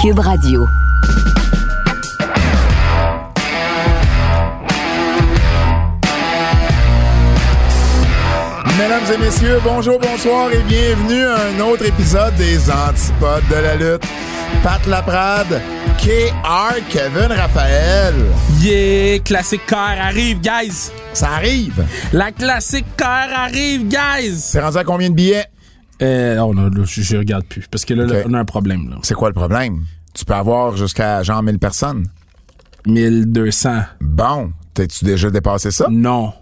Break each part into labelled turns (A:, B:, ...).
A: Cube Radio.
B: Mesdames et messieurs, bonjour, bonsoir et bienvenue à un autre épisode des Antipodes de la lutte. Pat Laprade, KR Kevin Raphaël.
C: Yeah, classique car arrive, guys.
B: Ça arrive.
C: La classique car arrive, guys.
B: C'est rendu à combien de billets?
C: Euh, oh non, là, je, je regarde plus parce que là, là,
B: Ok.
C: on a un problème là.
B: C'est quoi le problème? Tu peux avoir jusqu'à genre 1000 personnes.
C: 1200.
B: Bon, t'es-tu déjà dépassé ça?
C: Non.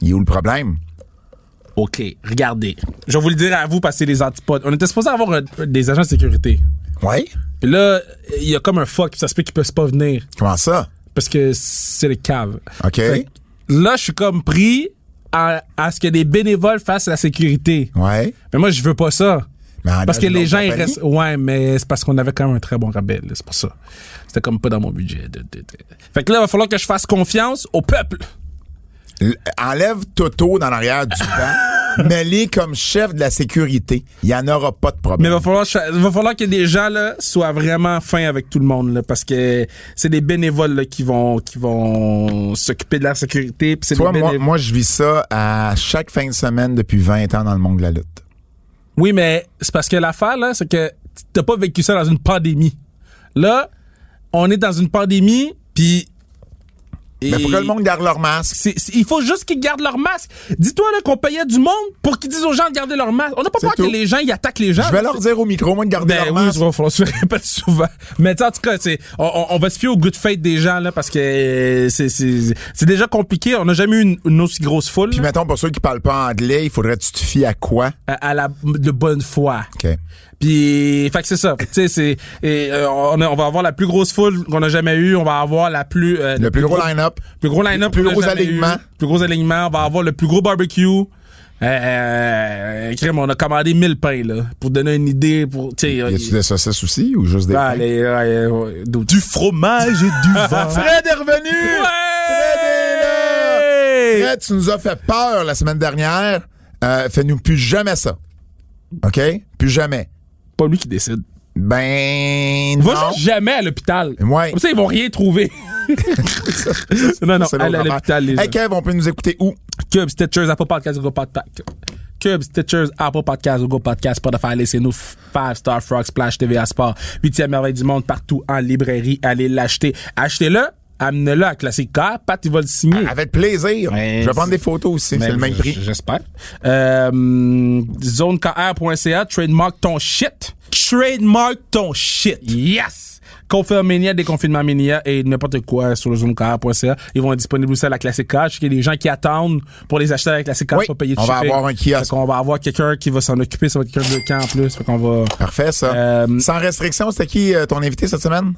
B: Il est où le problème?
C: OK, regardez. Je vais vous le dire à vous parce que c'est les antipodes. On était supposé avoir euh, des agents de sécurité.
B: Oui?
C: Puis là, il y a comme un fuck, ça se peut qu'ils peuvent pas venir
B: Comment ça?
C: parce que c'est les caves.
B: OK.
C: Fait que là, je suis comme pris à, à ce que des bénévoles fassent la sécurité.
B: Ouais.
C: Mais moi, je veux pas ça.
B: Mais engage
C: parce que
B: une
C: les
B: autre
C: gens, ils
B: compagnie.
C: restent. Ouais, mais c'est parce qu'on avait quand même un très bon rabais, là, c'est pour ça. C'était comme pas dans mon budget. de- de- de. Fait que là, il va falloir que je fasse confiance au peuple.
B: L- Enlève Toto dans l'arrière du banc. Mets-les comme chef de la sécurité. Il n'y en aura pas de
C: Mais il
B: problème.
C: va falloir, que je fa- va falloir que les gens là, soient vraiment fins avec tout le monde, là, parce que c'est des bénévoles là, qui vont, qui vont s'occuper de la sécurité. puis c'est
B: Toi,
C: des
B: moi,
C: bénévoles-
B: moi, je vis ça à chaque fin de semaine depuis 20 ans dans le monde de la lutte.
C: Oui, mais c'est parce que l'affaire, là, c'est que t'as pas vécu ça dans une pandémie. Là, on est dans une pandémie, puis...
B: Mais
C: et-
B: faut que le monde garde leur masque.
C: C'est- c'est- il faut juste qu'ils gardent leur masque. Dis-toi là, qu'on payait du monde pour qu'ils disent aux gens de garder leur masque. On n'a pas
B: C'est
C: peur
B: tout.
C: que les gens ils attaquent les gens.
B: Je vais leur dire au micro, moi, de garder
C: Ben
B: leur
C: oui,
B: masque.
C: je vois, faut- on se le répète souvent. Mais tu sais, en tout cas, c'est- on, on- on va se fier au good faith des gens là parce que euh, c'est- c'est c'est déjà compliqué. On n'a jamais eu une, une aussi grosse foule
B: Puis
C: là.
B: mettons, pour ceux qui parlent pas anglais, il faudrait que tu te fies à quoi?
C: à, à la de bonne foi.
B: OK.
C: Puis, fait que c'est ça. Tu sais, c'est et, euh, on, a- on va avoir la plus grosse foule qu'on a jamais eue. On va avoir la plus euh,
B: Le plus gros line-up.
C: Plus gros line-up.
B: Plus
C: qu'on a
B: gros
C: jamais eu.
B: alignement.
C: Plus gros alignement. On va avoir le plus gros barbecue. Euh, Euh, crème, on a commandé 1000 pains, là, pour donner une idée. Pour, tu sais,
B: Y a-tu
C: euh,
B: des saucisses aussi ou juste des
C: ah,
B: pains? Ah,
C: les- euh, euh, du fromage et du vin.
B: Fred est revenu! Fred
C: Ouais!
B: Fred, tu nous as fait peur la semaine dernière. Euh, Fais-nous plus jamais ça. OK? Plus jamais.
C: Pas lui qui décide.
B: Ben.
C: Va
B: non.
C: juste jamais à l'hôpital.
B: Ouais.
C: Comme ça, ils vont rien trouver. non, non,
B: C'est
C: allez à
B: l'autre
C: l'hôpital, les
B: affaire.
C: gens.
B: Hey Kev, on peut nous écouter où?
C: Cube, Stitchers, Apple Podcasts, Google Podcasts. Cube, Stitchers, Apple Podcasts, Google Podcasts, Spotify, laissez-nous 5 Star Frog Splash TVA Sport. 8e merveille du monde partout en librairie. Allez l'acheter. Achetez-le, amenez-le à Classique Car. Pat, il va le signer.
B: Ah, Avec plaisir.
C: Ben,
B: je vais
C: c'est-
B: prendre des photos aussi. C'est
C: Mais
B: le même
C: j-
B: prix.
C: J'espère. Euh, ZoneKR.ca, trademark ton shit. Trademark ton shit. Yes! Confirmania, déconfinement mania et n'importe quoi sur le zonekr.ca. Ils vont être disponibles aussi à la classique K. Je sais qu'il y a des gens qui attendent pour les acheter à la classique K,
B: Oui,
C: pas payer de
B: on va
C: shipping.
B: avoir un kiosque.
C: Fait qu'on va avoir quelqu'un qui va s'en occuper. Ça va être quelqu'un de camp en plus. Fait qu'on va...
B: Parfait, ça.
C: Euh,
B: Sans restriction, c'était qui euh, ton invité cette semaine?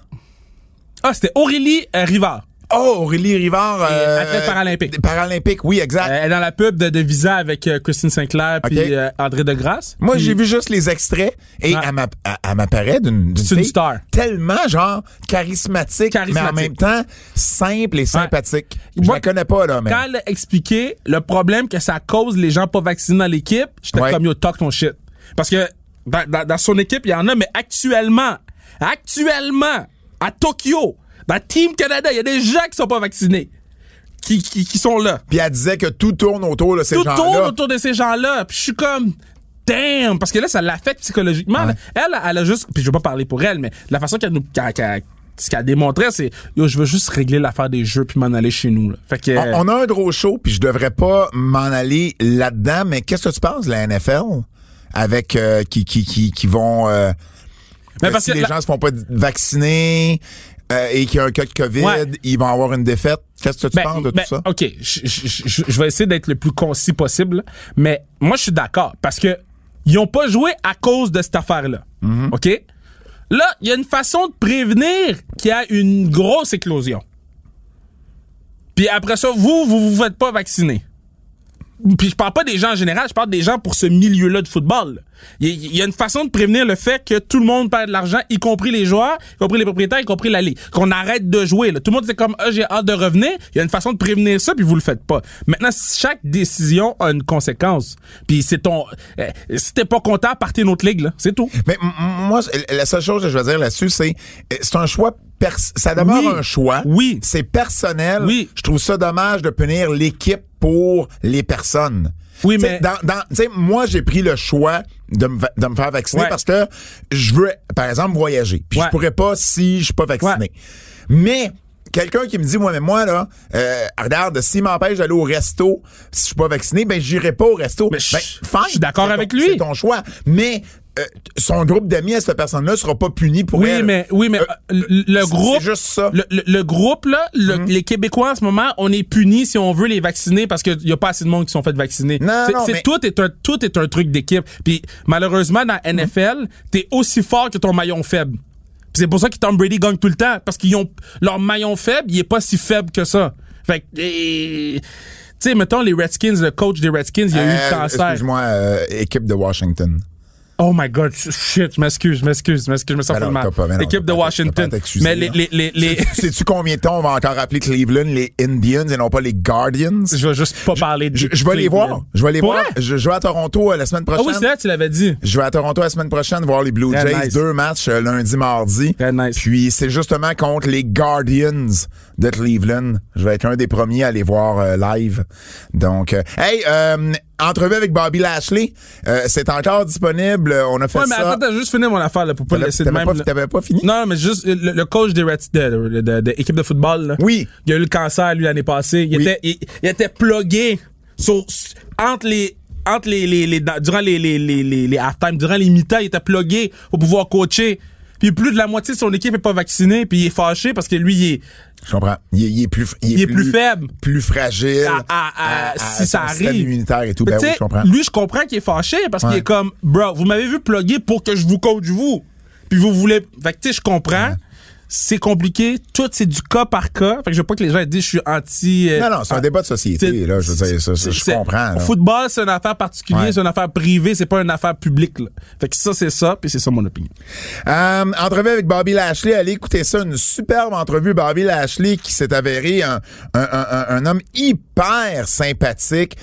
C: Ah, c'était Aurélie euh, Rivard.
B: Oh, Aurélie Rivard. euh,
C: athlète paralympique.
B: des Paralympique, oui, exact.
C: Euh, Elle est dans la pub de, de Visa avec euh, Christine Sinclair puis
B: Ok.
C: euh, André Degrasse.
B: Moi,
C: Puis-
B: j'ai vu juste les extraits et
C: Ouais.
B: elle m'app- elle elle m'apparaît d'une d'une
C: Ah. C'est une
B: fille
C: star.
B: tellement genre charismatique, mais en
C: Charismatique.
B: même temps simple et sympathique. Je
C: Moi,
B: la connais pas là, mais
C: quand elle a expliqué le problème que ça cause les gens pas vaccinés dans l'équipe, j'étais
B: Ouais.
C: comme yo, talk ton shit. Parce que dans, dans- dans son équipe, il y en a, mais actuellement, actuellement, à Tokyo, dans Team Canada, il y a des gens qui sont pas vaccinés. Qui, qui, qui sont là.
B: puis elle disait que tout tourne autour de ces
C: Tout tourne
B: gens-là.
C: autour de ces gens-là. Puis je suis comme. Damn! Parce que là, ça l'affecte psychologiquement. là. Elle, elle a juste. Puis je veux pas parler pour elle, mais la façon qu'elle nous. qu'elle- qu'elle- ce qu'elle démontrait, c'est Yo, je veux juste régler l'affaire des jeux puis m'en aller chez nous. là. Fait que.
B: Ah, On, on a un gros show puis je devrais pas m'en aller là-dedans, mais qu'est-ce que tu penses de la NFL avec euh, qui, qui qui qui vont euh,
C: Mais
B: que
C: parce
B: si
C: que
B: les
C: la-
B: gens se font pas vacciner euh, et qu'il y a un cas de Covid,
C: Ouais.
B: ils vont avoir une défaite. Qu'est-ce que tu
C: Ben,
B: penses de
C: ben,
B: tout ça
C: OK, je- je je- je vais essayer d'être le plus concis possible, mais moi, je suis d'accord parce que ils ont pas joué à cause de cette affaire-là.
B: Mm-hmm.
C: OK? Là, il y a une façon de prévenir qu'il y a une grosse éclosion. Puis après ça, vous, vous vous faites pas vacciner. puis je parle pas des gens en général, je parle des gens pour ce milieu-là de football. là. Il y, a- il y a une façon de prévenir le fait que tout le monde perd de l'argent, y compris les joueurs, y compris les propriétaires, y compris la ligue. Qu'on arrête de jouer. là. Tout le monde c'est comme ah, j'ai hâte de revenir. Il y a une façon de prévenir ça, puis vous le faites pas. Maintenant, chaque décision a une conséquence. Puis c'est ton. euh, si t'es pas content, partez notre ligue, là. C'est tout.
B: Mais m- m- moi, c'est- la seule chose que je veux dire là-dessus, c'est euh, c'est un choix. pers- Ça demeure
C: Oui.
B: un choix.
C: Oui.
B: C'est personnel.
C: Oui.
B: Je trouve ça dommage de punir l'équipe pour les personnes.
C: Oui,
B: T'sais,
C: mais-
B: dans- dans- t'sais, moi, j'ai pris le choix de me, va- de me faire vacciner
C: Ouais.
B: parce que je veux, par exemple, voyager. Puis
C: Ouais.
B: je pourrais pas si je suis pas vacciné. Mais quelqu'un qui me dit, moi, mais moi, là, euh, regarde, s'il m'empêche d'aller au resto, si je suis pas vacciné, ben, j'irai pas au resto.
C: Mais je-
B: Ben, fine.
C: je suis d'accord
B: C'est ton-
C: avec lui.
B: c'est ton ton choix. Mais euh, son groupe d'amis à cette personne-là sera pas puni pour
C: Oui,
B: elle.
C: mais oui, mais
B: Euh,
C: euh, le- le
B: c'est-
C: groupe,
B: c'est juste ça.
C: Le, le- le groupe là, le-
B: Mhm.
C: les Québécois en ce moment, on est punis si on veut les vacciner parce qu'il y a pas assez de monde qui sont fait vacciner.
B: Non,
C: C'est-
B: non,
C: c'est
B: mais-
C: tout est un tout est un truc d'équipe. Puis malheureusement dans
B: Mhm.
C: NFL, t'es aussi fort que ton maillon faible. Puis c'est pour ça que Tom Brady gagne tout le temps parce qu'ils ont leur maillon faible, il est pas si faible que ça. Fait que et- tu sais mettons les Redskins, le coach des Redskins, il a eu
B: Euh,
C: le cancer.
B: Excuse-moi, euh, équipe de Washington.
C: Oh my God, shit, je m'excuse, je m'excuse, je m'excuse, je me sens
B: Ben non,
C: mal.
B: t'as pas- ben non,
C: Équipe de
B: t'as pas- t'as
C: Washington.
B: pas à t'excuser,
C: Mais les,
B: là.
C: les, les, les-
B: Sais-tu combien de temps on va encore appeler Cleveland les Indians et non pas les Guardians?
C: je vais juste pas parler de.
B: Je, je vais les voir. Je vais les
C: Pour
B: voir.
C: vrai?
B: Je, je vais à Toronto euh, la semaine
C: Ah
B: prochaine.
C: oui, c'est là, tu l'avais dit.
B: Je vais à Toronto la semaine prochaine voir les Blue
C: Très
B: Jays.
C: nice.
B: Deux matchs euh, lundi, mardi.
C: Très nice.
B: Puis c'est justement contre les Guardians de Cleveland. Je vais être un des premiers à les voir euh, live. Donc, euh, hey, euh, entrevue avec Bobby Lashley. Euh, c'est encore disponible. On a fait
C: Ouais, mais
B: ça.
C: attends, attends, juste finir mon affaire, là, pour pas le
B: T'avais-
C: laisser de
B: t'avais
C: même.
B: pas-
C: là.
B: t'avais pas fini?
C: Non, non, mais juste, euh, le, le coach des Reds, de, de, de- de l'équipe de football, là.
B: Oui.
C: Il a eu le cancer, lui, l'année passée. Il
B: Oui.
C: était, il, il était plugué sur, sur- entre les, entre les, les, les- dans- durant les, les, les, les, les halftime, durant les mi-temps, il était plugué pour pouvoir coacher. Puis plus de la moitié de son équipe est pas vaccinée, puis il est fâché parce que lui, il est,
B: Je comprends. Il, est- il est plus,
C: Il est plus faible.
B: plus fragile.
C: à- à- à- si
B: son
C: ça
B: système
C: arrive.
B: immunitaire et tout.
C: Mais
B: Ben
C: tu
B: oui,
C: sais,
B: je comprends.
C: Lui, je comprends qu'il est fâché parce qu'il
B: Ouais.
C: est comme, bro, vous m'avez vu plugger pour que je vous coach vous. Puis vous voulez. Fait que tu sais, je comprends. C'est compliqué. Tout, c'est du cas par cas. Fait que je veux pas que les gens aient dit je suis anti. euh,
B: Non, non, c'est un
C: ah,
B: débat de société,
C: c'est-
B: là. Je veux dire, ça, ça, je
C: c'est-
B: comprends. là.
C: Football, c'est une affaire particulière,
B: Ouais.
C: c'est une affaire privée, c'est pas une affaire publique. là. Fait que ça, c'est ça, puis c'est ça mon opinion.
B: Euh, entrevue avec Bobby Lashley. Allez écouter ça. Une superbe entrevue. Bobby Lashley qui s'est avéré un, un, un- un- un homme hyper sympathique.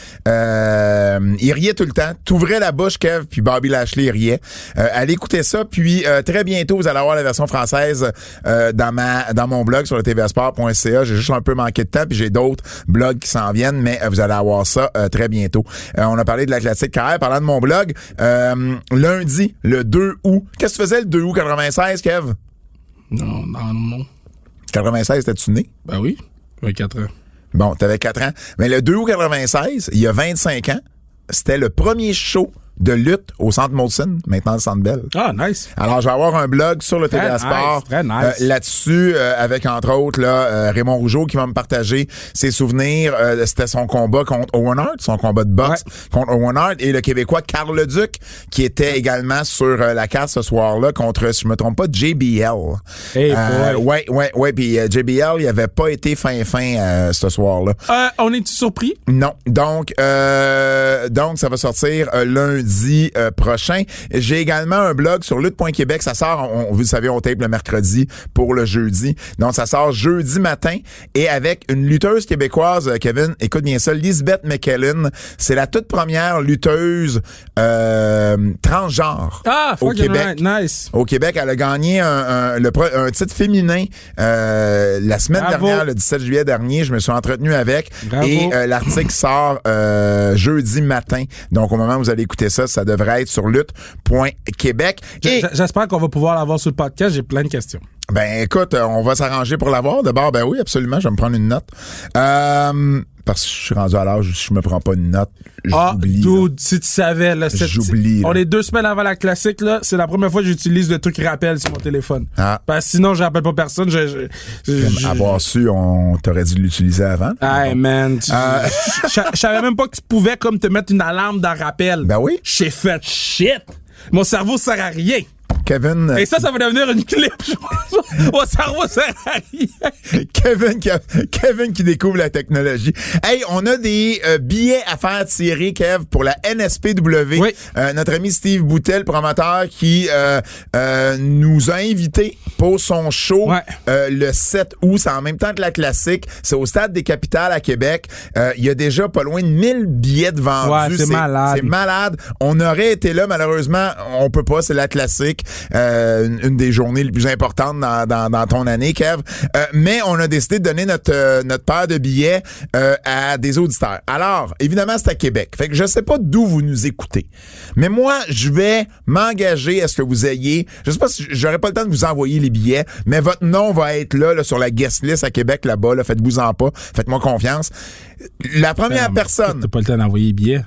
B: Euh, il riait tout le temps. T'ouvrais la bouche, Kev, puis Bobby Lashley riait. Euh, allez écouter ça. Puis euh, très bientôt, vous allez avoir la version française euh, dans ma dans mon blog sur le tvsport.ca. J'ai juste un peu manqué de temps, puis j'ai d'autres blogs qui s'en viennent, mais euh, vous allez avoir ça euh, très bientôt. Euh, on a parlé de la classique carrière. Parlant de mon blog, euh, lundi, le 2 août. Qu'est-ce que tu faisais le 2 août 96, Kev?
C: Non, non, non.
B: 96, t'es-tu né?
C: Ben oui, 24 ans.
B: Bon, t'avais 4 ans. Mais le 2 août 96, il y a 25 ans, c'était le premier show de lutte au Centre Molson, maintenant le Centre Bell.
C: Ah, nice.
B: Alors, je vais avoir un blog sur le
C: Très
B: TVA
C: nice,
B: Sport
C: très nice.
B: euh, là-dessus, euh, avec entre autres là, euh, Raymond Rougeau qui va me partager ses souvenirs. Euh, C'était son combat contre Owen Hart, son combat de boxe contre Owen Hart et le Québécois Carl Leduc qui était également sur euh, la carte ce soir-là contre, si je me trompe pas, JBL.
C: Hey,
B: Euh,
C: boy.
B: ouais, ouais, ouais. Puis euh, JBL, il avait pas été fin fin euh, ce soir-là.
C: Euh, on est-tu surpris?
B: Non. Donc, euh, donc ça va sortir euh, lundi euh, prochain. J'ai également un blog sur lutte.québec. Ça sort, on, on- vous le savez, on tape le mercredi pour le jeudi. Donc, ça sort jeudi matin et avec une lutteuse québécoise, euh, Kevin, écoute bien ça, Lisbeth McKellen. C'est la toute première lutteuse euh, transgenre
C: Ah,
B: au
C: fucking
B: Québec.
C: right, nice.
B: Au Québec, elle a gagné un, un- le pro- un titre féminin euh, la semaine
C: Bravo.
B: dernière, le 17 juillet dernier. Je me suis entretenu avec.
C: Bravo.
B: Et euh, l'article sort euh, jeudi matin. Donc, au moment où vous allez écouter ça, ça devrait être sur lutte.québec. Et,
C: J- J'espère qu'on va pouvoir l'avoir sur le podcast, j'ai plein de questions.
B: ben écoute, euh, on va s'arranger pour l'avoir. D'abord, ben oui, absolument, je vais me prendre une note. Euh, parce que je suis rendu à l'âge où je me prends pas une note.
C: Ah,
B: J'oublie. là.
C: dude, si tu savais, là, cette-
B: J'oublie, là.
C: On est deux semaines avant la classique, là. C'est la première fois que j'utilise le truc rappel sur mon téléphone.
B: Ah.
C: Parce que sinon, je rappelle pas personne. Je, je, je- je-
B: Avoir su, on t'aurait dû l'utiliser avant.
C: Hey, man. tu-
B: Ah.
C: je- Je je savais même pas que tu pouvais, comme, te mettre une alarme dans rappel.
B: Ben oui.
C: J'ai fait shit. Mon cerveau sert à rien.
B: Kevin.
C: Et ça, ça va devenir une clip, je pense. Au cerveau, ça Ah,
B: Kevin, qui a- Kevin qui découvre la technologie. Hey, on a des euh, billets à faire tirer, Kev, pour la NSPW.
C: Oui.
B: Euh, notre ami Steve Boutel, promoteur, qui euh, euh, nous a invités pour son show
C: Ouais.
B: euh, le 7 août. C'est en même temps que la classique. C'est au Stade des Capitales à Québec. Euh, Il y a déjà pas loin de 1000 billets de vendus.
C: Ouais, c'est malade.
B: c'est malade. On aurait été là, malheureusement, on peut pas, c'est la classique, euh, une- une des journées les plus importantes dans, dans- dans ton année, Kev. Euh, mais on a décidé de donner notre, euh, notre paire de billets euh, à des auditeurs. Alors, évidemment, c'est à Québec. Fait que je sais pas d'où vous nous écoutez. Mais moi, je vais m'engager à ce que vous ayez, je sais pas si j'aurai pas le temps de vous envoyer les billets, mais votre nom va être là, là, sur la guest list à Québec, là-bas, là. Faites-vous en pas. Faites-moi confiance. La première personne
C: T'as pas le temps d'envoyer les billets.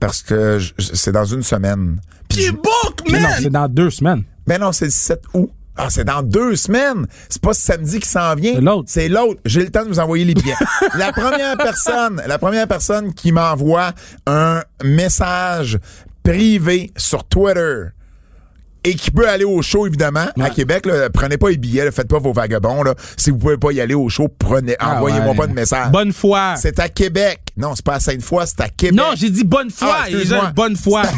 B: parce que je- je- c'est dans une semaine. Puis je-
C: book, man! Non, c'est dans deux semaines.
B: ben non, c'est le 7 août. Ah, c'est dans deux semaines. C'est pas ce samedi qui s'en vient.
C: C'est l'autre.
B: C'est l'autre. J'ai le temps de vous envoyer les billets. la première personne, la première personne qui m'envoie un message privé sur Twitter et qui peut aller au show, évidemment, à Québec, là, prenez pas les billets, là, faites pas vos vagabonds. Là. Si vous pouvez pas y aller au show, prenez,
C: Ah
B: envoyez-moi
C: ouais.
B: pas de message.
C: Bonne foi.
B: C'est à Québec. Non, c'est pas à Sainte-Foy, c'est à Québec.
C: Non, j'ai dit bonne foi.
B: Ah,
C: Il
B: excuse-moi.
C: a une bonne foi.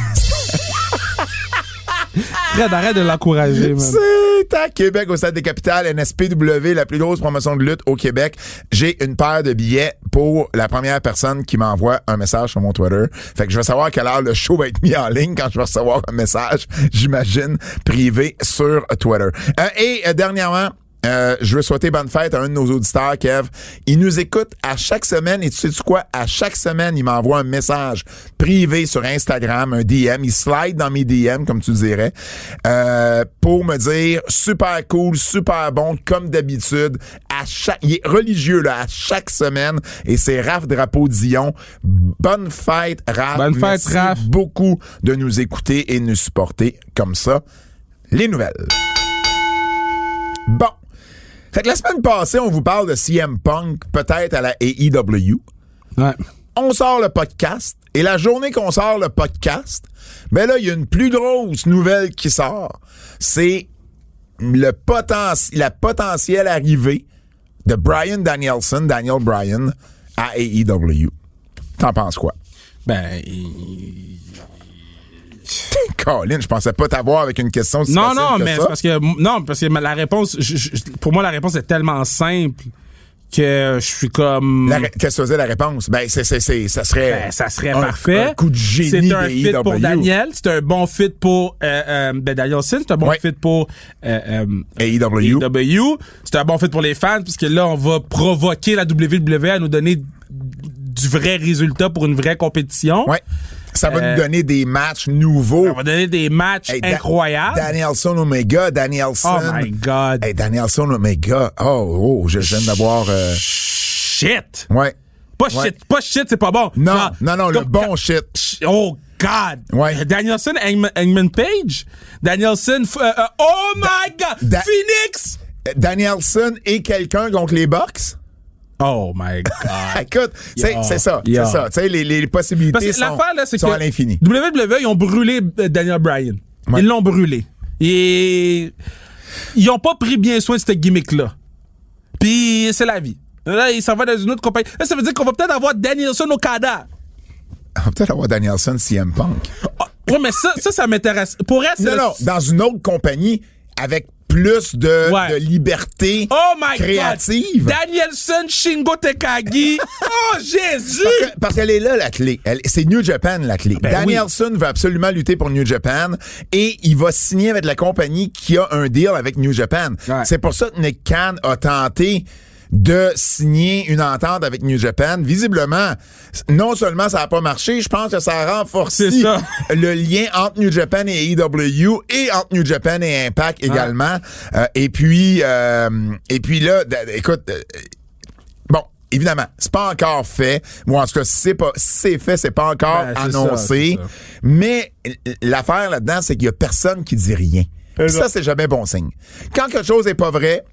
C: Fred, arrête de l'encourager, man.
B: C'est à Québec, au Stade des Capitales, NSPW, la plus grosse promotion de lutte au Québec. J'ai une paire de billets pour la première personne qui m'envoie un message sur mon Twitter. Fait que je vais savoir à quelle heure le show va être mis en ligne quand je vais recevoir un message, j'imagine, privé sur Twitter. Euh, et euh, dernièrement, euh, je veux souhaiter bonne fête à un de nos auditeurs, Kev. Il nous écoute à chaque semaine et tu sais quoi? À chaque semaine, il m'envoie un message privé sur Instagram, un DM. Il slide dans mes DM, comme tu dirais, euh, pour me dire super cool, super bon, comme d'habitude. À chaque, il est religieux là, à chaque semaine. Et c'est Raph Drapeau Dion. Bonne fête, Raph.
C: Bonne fête,
B: Merci
C: Raph.
B: Beaucoup de nous écouter et de nous supporter comme ça. Les nouvelles. Bon. Fait que la semaine passée, on vous parle de CM Punk, peut-être à la AEW.
C: Ouais.
B: On sort le podcast, et la journée qu'on sort le podcast, ben là, il y a une plus grosse nouvelle qui sort. C'est le poten- la potentielle arrivée de Brian Danielson, Daniel Bryan, à AEW. T'en penses quoi?
C: Ben, il-
B: Colin, je pensais pas t'avoir avec une question si
C: non,
B: facile
C: non,
B: que
C: mais
B: ça.
C: c'est parce que non, parce que ma- la réponse, je- je- pour moi, la réponse est tellement simple que je suis comme.
B: La ré- Qu'est-ce que faisait la réponse? Ben, c'est, c'est, c'est- ça serait.
C: Mm. Ben, ça serait
B: un-
C: parfait.
B: Un coup de génie
C: C'est un
B: des
C: fit
B: AEW.
C: pour Daniel. C'est un bon fit pour euh, euh, ben Danielson. C'est un bon
B: Ouais.
C: fit pour euh, euh,
B: AEW.
C: AEW. C'est un bon fit pour les fans puisque là, on va provoquer la WWE à nous donner du vrai résultat pour une vraie compétition.
B: Ouais. Ça va
C: Euh,
B: nous donner des matchs nouveaux.
C: On va donner des matchs
B: Hey, Da-
C: incroyables.
B: Danielson Omega, Danielson.
C: oh my God.
B: Hey, Danielson Omega. Oh, oh, je viens d'avoir. euh,
C: Shit.
B: Ouais.
C: Pas
B: Ouais.
C: shit. Pas shit, c'est pas bon.
B: Non,
C: Genre,
B: non, non, le
C: comme-
B: bon shit.
C: Ch- Oh God!
B: Ouais.
C: Danielson, Hangman, Hangman Page, Danielson, f- euh, euh, oh my God!
B: Da-
C: Phoenix!
B: Euh, Danielson et quelqu'un contre les Bucks? Ah,
C: Oh my God!
B: Écoute, c'est,
C: Yeah.
B: c'est ça,
C: Yeah.
B: c'est ça. Tu sais, les, les
C: Parce
B: possibilités
C: que
B: sont,
C: l'affaire, là, c'est que
B: sont à l'infini.
C: WWE, ils ont brûlé euh, Daniel Bryan.
B: Ouais.
C: Ils l'ont brûlé. Et ils ont pas pris bien soin de cette gimmick-là. Puis c'est la vie. Là, il s'en va dans une autre compagnie. Là, ça veut dire qu'on va peut-être avoir Danielson Okada.
B: On va Ah, peut-être avoir Danielson CM Punk.
C: Oh, ouais, mais ça, ça, ça m'intéresse. Pour elle, c'est
B: Non,
C: le-
B: non, dans une autre compagnie avec plus de,
C: Ouais.
B: de liberté
C: Oh my
B: créative.
C: God! Danielson Shingo Tekagi! oh Jésus!
B: Parce que- Parce qu'elle est là, la clé. Elle- C'est New Japan, la clé.
C: Ben
B: Danielson va absolument lutter pour New Japan et il va signer avec la compagnie qui a un deal avec New Japan.
C: Ouais.
B: C'est pour ça que Nick Khan a tenté de signer une entente avec New Japan. Visiblement, non seulement ça n'a pas marché, je pense que ça a renforcé
C: C'est ça.
B: le lien entre New Japan et AEW et entre New Japan et Impact également. Euh, et puis, euh, et puis là, d- écoute, euh, Bon, évidemment, c'est pas encore fait. Ou en tout cas, c'est pas, si c'est fait, c'est pas encore
C: Ben, c'est
B: annoncé.
C: ça, c'est
B: Mais l- l'affaire là-dedans, c'est qu'il y a personne qui dit rien. Puis
C: non.
B: ça, c'est jamais bon signe. Quand quelque chose est pas vrai,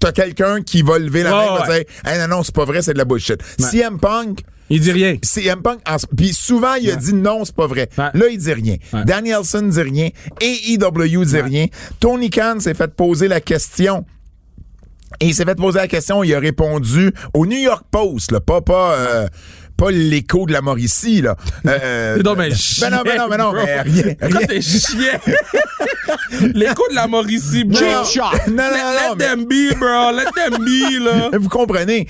B: t'as quelqu'un qui va lever la
C: Ouais,
B: main et va
C: Ah, ouais.
B: dire, hey, non, non, c'est pas vrai, c'est de la bullshit. CM Punk,
C: Il dit rien.
B: CM Punk, en ce- puis souvent, il a dit non, c'est pas vrai.
C: Ouais.
B: Là, il dit rien.
C: Ouais.
B: Danielson dit rien. AEW dit rien. Tony Khan s'est fait poser la question. Et il s'est fait poser la question, il a répondu au New York Post, là, pas, pas, euh, pas l'écho de la Mauricie, là. Euh,
C: Non, mais
B: ben non, ben non, ben non,
C: bro.
B: mais rien, rien.
C: Pourquoi t'es chien? L'écho de la Mauricie, bro.
B: Non, non, non,
C: Let,
B: non,
C: let
B: mais-
C: them be, bro. Let them be, là.
B: Vous comprenez?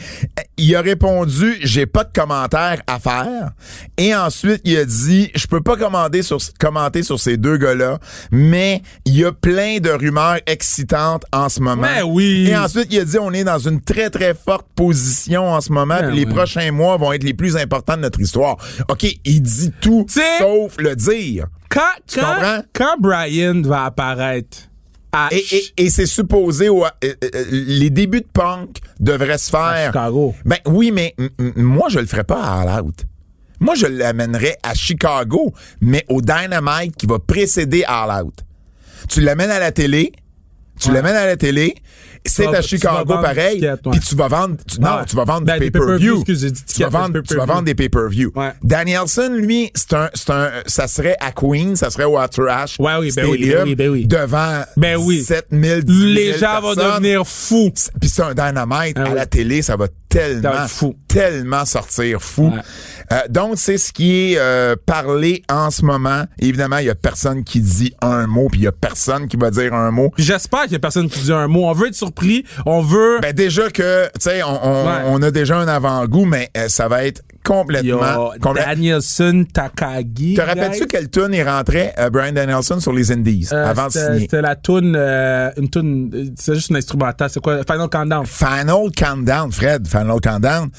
B: Il a répondu j'ai pas de commentaire à faire. Et ensuite, il a dit je peux pas commander sur, commenter sur ces deux gars-là, mais il y a plein de rumeurs excitantes en ce moment.
C: Mais Ben oui.
B: Et ensuite, il a dit on est dans une très très forte position en ce moment,
C: Ben
B: puis les
C: oui.
B: prochains mois vont être les plus importants de notre histoire. OK, il dit tout
C: C'est-
B: sauf le dire.
C: Quand, quand,
B: comprends?
C: quand Brian va apparaître à
B: Et,
C: Ch-
B: et- et c'est supposé au- euh, euh, les débuts de punk devraient se faire.
C: Chicago.
B: Ben oui, mais m- m- moi je le ferais pas à All Out. Moi je l'amènerais à Chicago, mais au Dynamite qui va précéder All Out. Tu l'amènes à la télé, tu l'amènes à la télé, c'est
C: Tu vas-
B: à
C: tu vas
B: Chicago
C: vendre
B: pareil,
C: des tickets, ouais.
B: puis tu vas vendre tu- non,
C: Ouais.
B: tu vas vendre
C: Ben,
B: du
C: des
B: pay-per-view.
C: pay-per-view, excuse, j'ai dit
B: tu vas
C: tickets,
B: vendre
C: des
B: tu vas
C: pay-per-view.
B: vendre des pay-per-view.
C: Ouais.
B: Danielson lui, c'est un c'est un ça serait à Queens, ça serait au Trash.
C: Ouais, oui, ben oui, ben oui, ben oui.
B: devant
C: Ben oui.
B: 7000
C: les gens vont devenir fous.
B: c'est- Puis c'est un dynamite
C: Ah
B: à
C: oui.
B: la télé, ça va tellement,
C: Ça va être fou.
B: tellement sortir fou.
C: Ouais.
B: Euh, donc c'est ce qui est euh, parlé en ce moment. Évidemment, il y a personne qui dit un mot, puis il y a personne qui va dire un mot.
C: Puis J'espère qu'il y a personne qui dit un mot. On veut être surpris. On veut.
B: Ben déjà que, tu sais, on, on-
C: Ouais.
B: on a déjà un avant-goût, mais euh, ça va être
C: Yo,
B: complètement. complè-
C: Danielson Takagi.
B: Te rappelles-tu
C: guys?
B: quelle tune il rentrait, euh, Brian Danielson, sur les Indies,
C: Euh,
B: avant de
C: c'était-
B: signer?
C: C'était la tune, euh, une tune, euh, c'est juste une instrumentale. C'est quoi? Final Countdown.
B: Final Countdown, Fred, Final Countdown.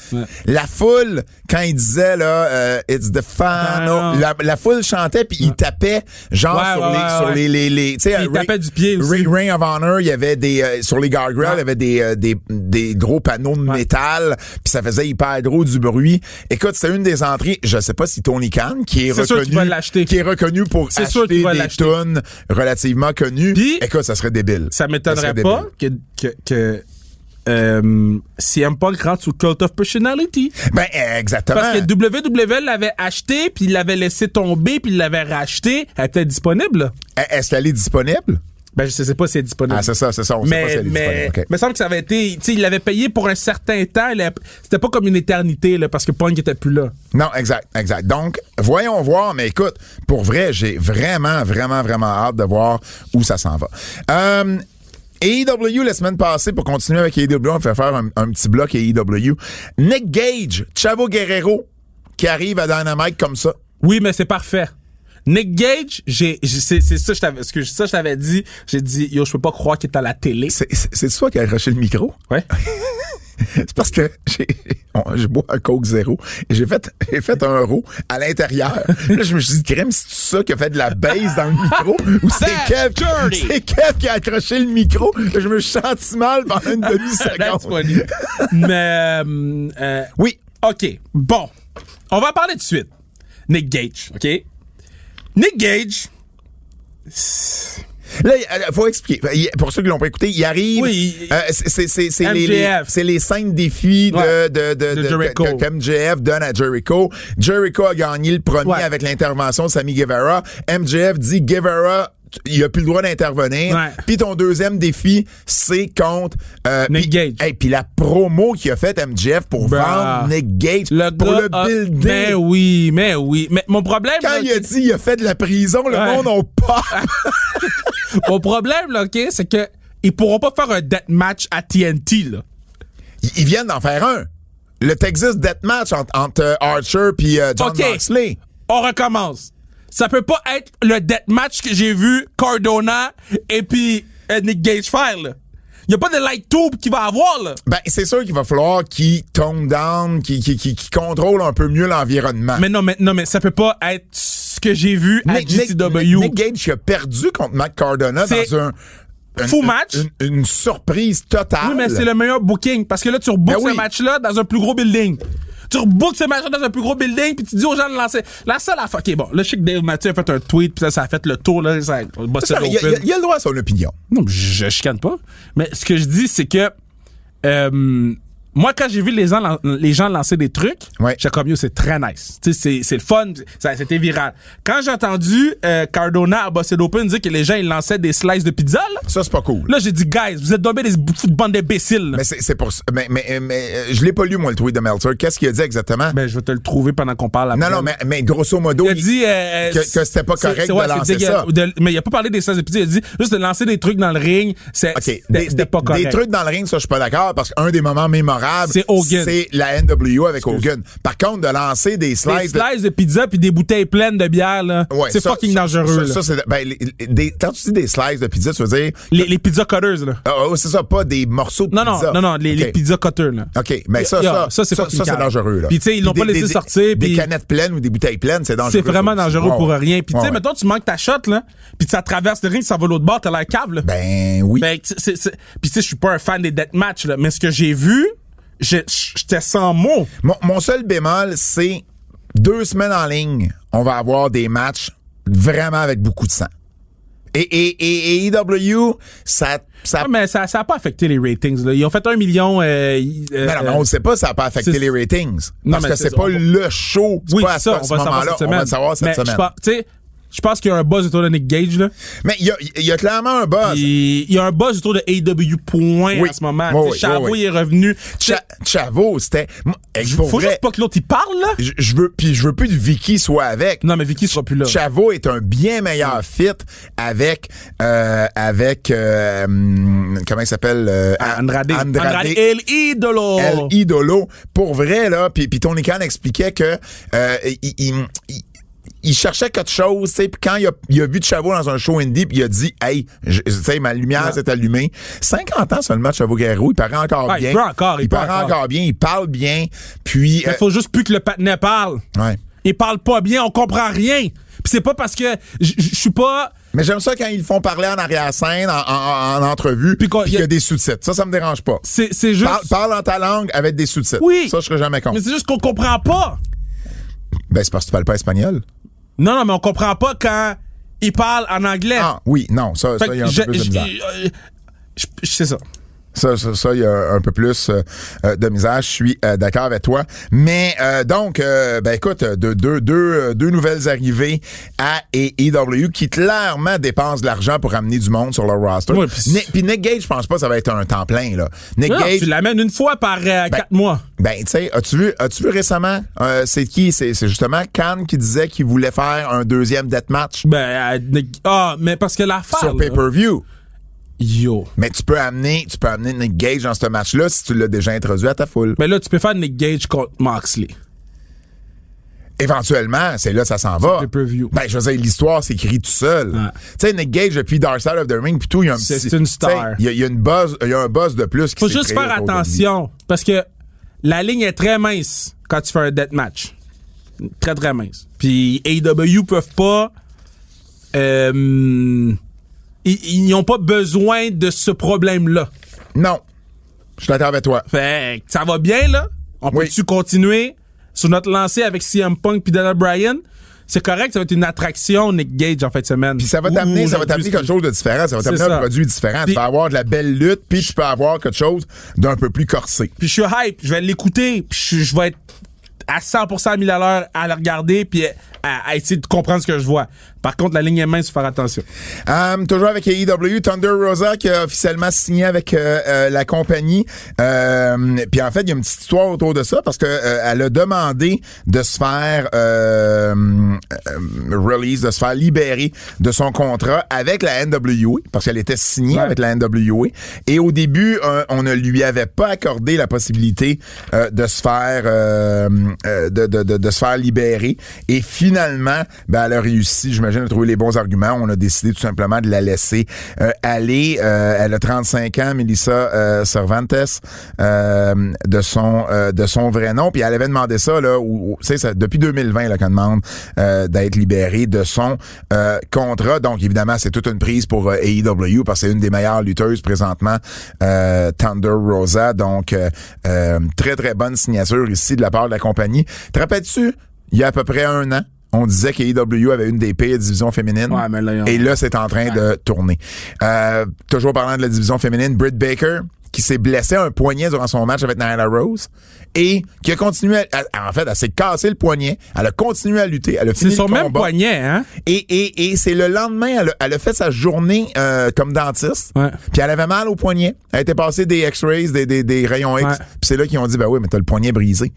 B: La foule, quand il disait, là, euh, It's the
C: Ah,
B: final,
C: non.
B: la, la foule chantait puis il tapait, genre,
C: Ouais,
B: sur,
C: ouais,
B: les,
C: ouais,
B: sur
C: ouais.
B: les, les, les- tu sais,
C: Il
B: euh,
C: tapait du pied aussi.
B: Ring, Ring of Honor, il y avait des, euh, sur les guardrails, il y avait des, euh, des, des gros panneaux de métal puis ça faisait hyper gros du bruit. Écoute, c'était une des entrées, je sais pas si Tony Khan, qui est
C: C'est sûr
B: reconnu,
C: qu'il va l'acheter.
B: qui est reconnu pour
C: C'est
B: acheter
C: sûr qu'il va
B: des
C: l'acheter.
B: tonnes relativement connues.
C: Puis-
B: Écoute, ça serait débile.
C: Ça
B: serait
C: m'étonnerait
B: débile.
C: pas que, que, que euh, CM Punk rentre sous Cult of Personality.
B: Ben, euh, exactement.
C: Parce que WWE l'avait acheté, puis il l'avait laissé tomber, puis il l'avait racheté. Elle était disponible. là.
B: Est- Est-ce qu'elle est disponible?
C: Ben, je sais pas si elle est disponible.
B: Ah, c'est ça, c'est ça. On sait pas si
C: mais,
B: elle est
C: mais,
B: disponible. OK.
C: me semble que ça avait été, tu sais, il l'avait payé pour un certain temps. il avait- C'était pas comme une éternité, là, parce que Punk était plus là.
B: Non, exact, exact. Donc, voyons voir, mais écoute, pour vrai, j'ai vraiment, vraiment, vraiment hâte de voir où ça s'en va. Euh, AEW, la semaine passée, pour continuer avec AEW, on fait faire un, un petit bloc AEW. Nick Gage, Chavo Guerrero, qui arrive à Dynamite comme ça.
C: Oui, mais c'est parfait. Nick Gage, j'ai, j'ai- c'est, c'est ça, je t'avais, ce que je- ça, je t'avais dit. J'ai dit, yo, je peux pas croire qu'il est à la télé.
B: C'est- C'est c'est toi qui as arraché le micro?
C: Ouais.
B: C'est parce que j'ai, on- je bois un Coke Zéro et j'ai fait, j'ai fait un euro à l'intérieur. Là, je me suis dit, crème, c'est ça qui a fait de la base dans le micro ou c'est Kev,
A: dirty.
B: c'est Kev qui a accroché le micro. Je me suis senti mal pendant une
C: That's
B: demi-seconde.
C: funny. mais, euh, euh,
B: Oui.
C: OK. Bon. On va en parler tout de suite. Nick Gage, OK? Nick Gage,
B: Là, il euh, faut expliquer. Il- Pour ceux qui l'ont pas écouté, il arrive.
C: Oui, il-
B: euh, c'est- c'est- c'est c'est les, les-
C: MJF.
B: c'est les cinq défis de,
C: Ouais.
B: de, de,
C: De
B: de-
C: Jericho.
B: que- que MJF donne à Jericho. Jericho a gagné le premier
C: Ouais.
B: avec l'intervention de Sammy Guevara. MJF dit Guevara. tu- Il a plus le droit d'intervenir.
C: Ouais.
B: Puis ton deuxième défi, c'est contre euh, puis-
C: Nick Gage.
B: hey, puis la promo qu'il a faite MJF pour
C: Bah.
B: vendre Nick Gage
C: le
B: pour
C: gars
B: le
C: a-
B: builder.
C: Mais oui, mais oui. Mais mon problème,
B: Quand
C: là,
B: il a dit il a fait de la prison, le
C: Ouais.
B: monde a peur.
C: mon problème, là, OK, c'est que ils pourront pas faire un death match à TNT, là.
B: Ils- Ils viennent d'en faire un. Le Texas Deathmatch entre, entre euh, Archer puis euh, John
C: OK.
B: Moxley.
C: On recommence. Ça peut pas être le deathmatch que j'ai vu Cardona et puis euh, Nick Gage faire, là. Y a pas de light tube qui va avoir, là.
B: Ben, c'est sûr qu'il va falloir qu'il tombe down, qu'il qu'il- qu'il- qu'il contrôle un peu mieux l'environnement.
C: Mais non, mais, non, mais ça peut pas être ce que j'ai vu à
B: Nick,
C: GCW.
B: Nick Gage qui a perdu contre Matt Cardona
C: C'est
B: dans un... un-
C: fou
B: une-
C: match.
B: Une, une surprise totale.
C: Oui, mais c'est le meilleur booking parce que là, tu rebookes
B: Ben oui.
C: ce match-là dans un plus gros building. Tu rebookes ce match-là dans un plus gros building puis tu dis aux gens de lancer. La seule affaire. OK, bon, là, je sais que Dave Mathieu a fait un tweet puis ça, ça a fait le tour, là. Ça, on va se
B: Ça, Il y a- il y a- il y a le droit à son opinion.
C: Non, mais je, je chicane pas. Mais ce que je dis, c'est que euh, Moi, quand j'ai vu les gens, lan- les gens lancer des trucs,
B: Ouais.
C: j'étais comme, yo, c'est très nice. Tu sais, c'est- c'est le fun, ça- c'était viral. Quand j'ai entendu euh, Cardona à Boston Open dire que les gens, ils lançaient des slices de pizza, là,
B: Ça, c'est pas cool.
C: là, j'ai dit, guys, vous êtes tombés des fous de bande d'imbéciles. là.
B: Mais c'est c'est pour ça. Mais, mais, mais, euh, je l'ai pas lu, moi, le tweet de Meltzer. Qu'est-ce qu'il a dit exactement?
C: Ben, je vais te le trouver pendant qu'on parle.
B: non,
C: après.
B: non, mais, mais grosso modo,
C: Il a
B: il-
C: dit euh,
B: que- que c'était pas
C: c'est-
B: correct
C: c'est- ouais,
B: de
C: c'est
B: lancer
C: dégueu-
B: ça.
C: de- mais il a pas parlé des slices de pizza. Il a dit juste de lancer des trucs dans le ring, c'est
B: OK.
C: c'était-
B: Des,
C: c'était
B: des-
C: pas correct.
B: des trucs dans le ring, ça, je suis pas d'accord, parce qu'un des moments mémorables,
C: C'est Hogan.
B: c'est la NWO avec Hogan. Par contre, de lancer des
C: des
B: slides...
C: slices de pizza puis des bouteilles pleines de bière là,
B: Ouais,
C: c'est
B: ça,
C: fucking
B: ça,
C: dangereux.
B: Ça,
C: là.
B: ça, c'est- ben, les- les- des- quand tu dis des slices de pizza, tu veux dire...
C: les, les pizzas cutters là.
B: Ah, oh, c'est ça, pas des morceaux de
C: Non non,
B: pizza.
C: non non, les,
B: OK. Ah,
C: les pizzas cutters là.
B: OK, mais ça,
C: Yo,
B: ça,
C: ça, c'est
B: ça,
C: fucking
B: c'est
C: calme.
B: dangereux. Là.
C: Puis, tu sais, ils l'ont
B: Puis
C: pas
B: des-
C: laissé
B: des-
C: sortir,
B: Des
C: puis-
B: canettes pleines ou des bouteilles pleines, c'est dangereux.
C: C'est vraiment
B: ça aussi.
C: dangereux
B: Ouais,
C: pour
B: ouais.
C: rien. Puis tu
B: Ouais,
C: sais,
B: ouais.
C: mettons tu manques ta shot là, puis ça traverse le ring, ça va l'autre bord, t'as la cave là.
B: Ben oui.
C: Ben, tu sais, c'est- c'est- puis tu sais, je suis pas un fan des deathmatch là, mais ce que j'ai vu, je- j'étais sans mots.
B: Mon, mon seul bémol, c'est deux semaines en ligne, on va avoir des matchs vraiment avec beaucoup de sang. Et, et, et, et EW, ça... ça
C: Ah, mais ça, ça a pas affecté les ratings. Là. Ils ont fait un million. euh, y-
B: Mais
C: euh,
B: Ben, non, mais on ne sait pas ça n'a pas affecté
C: c'est-
B: les ratings.
C: Non,
B: parce
C: mais
B: que
C: c'est
B: c'est
C: ça,
B: pas
C: on va-
B: le show. C'est
C: oui,
B: pas à ce-
C: ça,
B: à
C: on
B: ce
C: va le savoir
B: moment-là.
C: cette semaine.
B: On va le savoir cette
C: mais
B: semaine.
C: Je pense, tu sais, je pense qu'il y a un buzz autour de Nick Gage. Là.
B: Mais il y a, il y a clairement un buzz.
C: Puis, il y a un buzz autour de AW point
B: Oui.
C: en ce moment.
B: Oui,
C: Tu sais,
B: oui,
C: Chavo
B: oui, oui.
C: il est revenu. Tu sais,
B: Cha- Chavo, c'était... Moi, hey, pour
C: Faut
B: vrai,
C: juste pas que l'autre il parle là.
B: je- je veux, puis je veux plus de Vicky soit avec.
C: Non, mais Vicky sera plus là. Mm.
B: Chavo est un bien meilleur fit avec euh, avec euh, hum, comment il s'appelle euh,
C: Ah, Andrade.
B: Andrade.
C: Andrade. El Idolo.
B: El Idolo pour vrai là puis puis Tony Khan expliquait que euh, il, il- il- il cherchait quelque chose, tu sais, puis quand il a, il a vu Chavo dans un show indie, puis il a dit « Hey, je- tu sais, ma lumière
C: Ouais.
B: s'est allumée. » 50 ans seulement, Chavo Guerrero, il paraît encore
C: Ouais, Ah, il
B: bien.
C: peut encore, il peut
B: paraît
C: encore.
B: bien, il parle bien, puis...
C: Il
B: euh,
C: faut juste plus que le patinet parle.
B: ouais.
C: Il parle pas bien, on comprend rien. Puis c'est pas parce que je je- je suis pas.
B: Mais j'aime ça quand ils le font parler en arrière-scène, en, en- en- en entrevue, puis
C: Puis qu'on-
B: qu'il y
C: y
B: a
C: a-
B: des sous-titres. Ça, ça me dérange pas.
C: C'est c'est juste.
B: Parle, parle en ta langue avec des sous-titres.
C: Oui.
B: Ça, je serais jamais
C: Mais
B: contre.
C: c'est juste qu'on comprend pas.
B: Ben, c'est parce que tu parles pas espagnol.
C: Non, non, mais on comprend pas quand il parle en anglais.
B: Ah, oui, non, ça,
C: Fait
B: ça, il y a un
C: que je-
B: peu plus de
C: je-
B: misère.
C: euh, je- je- C'est ça.
B: Ça, ça, ça, il y a un peu plus euh, euh, de misère. Je suis euh, d'accord avec toi. Mais euh, donc, euh, ben écoute, de, deux, deux, euh, deux nouvelles arrivées à AEW qui clairement dépensent de l'argent pour amener du monde sur leur roster.
C: Ouais, puis-
B: Nick- Puis Nick Gage, je pense pas que ça va être un temps plein. Là. Nick
C: Non,
B: Gage,
C: tu l'amènes une fois par euh, quatre mois.
B: Ben, tu sais, as-tu vu, as-tu vu récemment, euh, c'est qui? C'est, c'est justement Khan qui disait qu'il voulait faire un deuxième deathmatch
C: Ben, euh, Nick- ah, mais parce que l'affaire.
B: sur
C: là-
B: pay-per-view.
C: Yo.
B: Mais tu peux amener, tu peux amener Nick Gage dans ce match-là si tu l'as déjà introduit à ta foule.
C: Ben là, tu peux faire Nick Gage contre Moxley.
B: Éventuellement, c'est là que ça s'en va.
C: pay-per-view.
B: Ben, je veux dire, l'histoire s'écrit tout seul.
C: Ouais.
B: Tu sais, Nick Gage, depuis Dark Side of the Ring, puis tout, il y a un
C: C'est
B: petit...
C: une
B: tu sais,
C: star.
B: Il y a, il y a une buzz, il y a un buzz de plus qui
C: Faut
B: s'est
C: juste
B: créé
C: faire
B: autour de lui.
C: attention. Parce que la ligne est très mince quand tu fais un deathmatch. Très, très mince. Puis AEW peuvent pas. euh, ils- ils n'ont pas besoin de ce problème-là.
B: Non. Je suis d'accord avec toi.
C: Fait que ça va bien, là? On
B: Oui.
C: peut-tu continuer sur notre lancée avec CM Punk puis Daniel Bryan? C'est correct, ça va être une attraction, Nick Gage, en fin de semaine.
B: Puis ça va
C: Ou-
B: t'amener,
C: ou
B: ça va t'amener
C: aujourd'hui,
B: quelque chose de différent. Ça va
C: C'est
B: t'amener un
C: ça.
B: produit différent.
C: Puis-
B: tu peux avoir de la belle lutte, puis tu peux avoir quelque chose d'un peu plus corsé.
C: Puis je suis hype, je vais l'écouter, puis je, je vais être à 100% 1000 à l'heure à la regarder, puis à, à essayer de comprendre ce que je vois. Par contre, la ligne est mince, faut faire attention.
B: Euh, toujours avec AEW, Thunder Rosa qui a officiellement signé avec euh, euh, la compagnie. Euh, puis en fait, il y a une petite histoire autour de ça parce que euh, elle a demandé de se faire euh, euh, release, de se faire libérer de son contrat avec la NWA parce qu'elle était signée
C: Ouais.
B: avec la NWA. Et au début, euh, on ne lui avait pas accordé la possibilité euh, de se faire euh, euh, de, de, de, de se faire libérer. Et finalement, ben, elle a réussi, j'imagine, à trouver les bons arguments. On a décidé tout simplement de la laisser euh, aller. Euh, elle a 35 ans, Melissa euh, Cervantes, euh, de son euh, de son vrai nom. Puis elle avait demandé ça là, où- où- tu sais, ça- depuis 2020 là, qu'elle demande euh, d'être libérée de son euh, contrat. Donc évidemment, c'est toute une prise pour euh, AEW parce que c'est une des meilleures lutteuses présentement, euh, Thunder Rosa. Donc euh, euh, très très bonne signature ici de la part de la compagnie. Te rappelles-tu il y a à peu près un an? On disait qu'AEW avait une des pires divisions féminines.
C: Ouais, mais là, ils ont-
B: Et là, c'est en train de tourner. Euh, toujours parlant de la division féminine, Britt Baker qui s'est blessé à un poignet durant son match avec Nyla Rose et qui a continué, à- à- en fait, elle s'est cassé le poignet, elle a continué à lutter, elle a
C: C'est
B: fini
C: son
B: le
C: même
B: combat.
C: poignet, hein?
B: Et, et, et c'est le lendemain, elle a, elle a fait sa journée euh, comme dentiste.
C: Ouais.
B: Puis elle avait mal au poignet. Elle était passée des X-rays, des, des, des rayons X.
C: Ouais.
B: Puis c'est là qu'ils ont dit, ben oui, mais t'as le poignet brisé.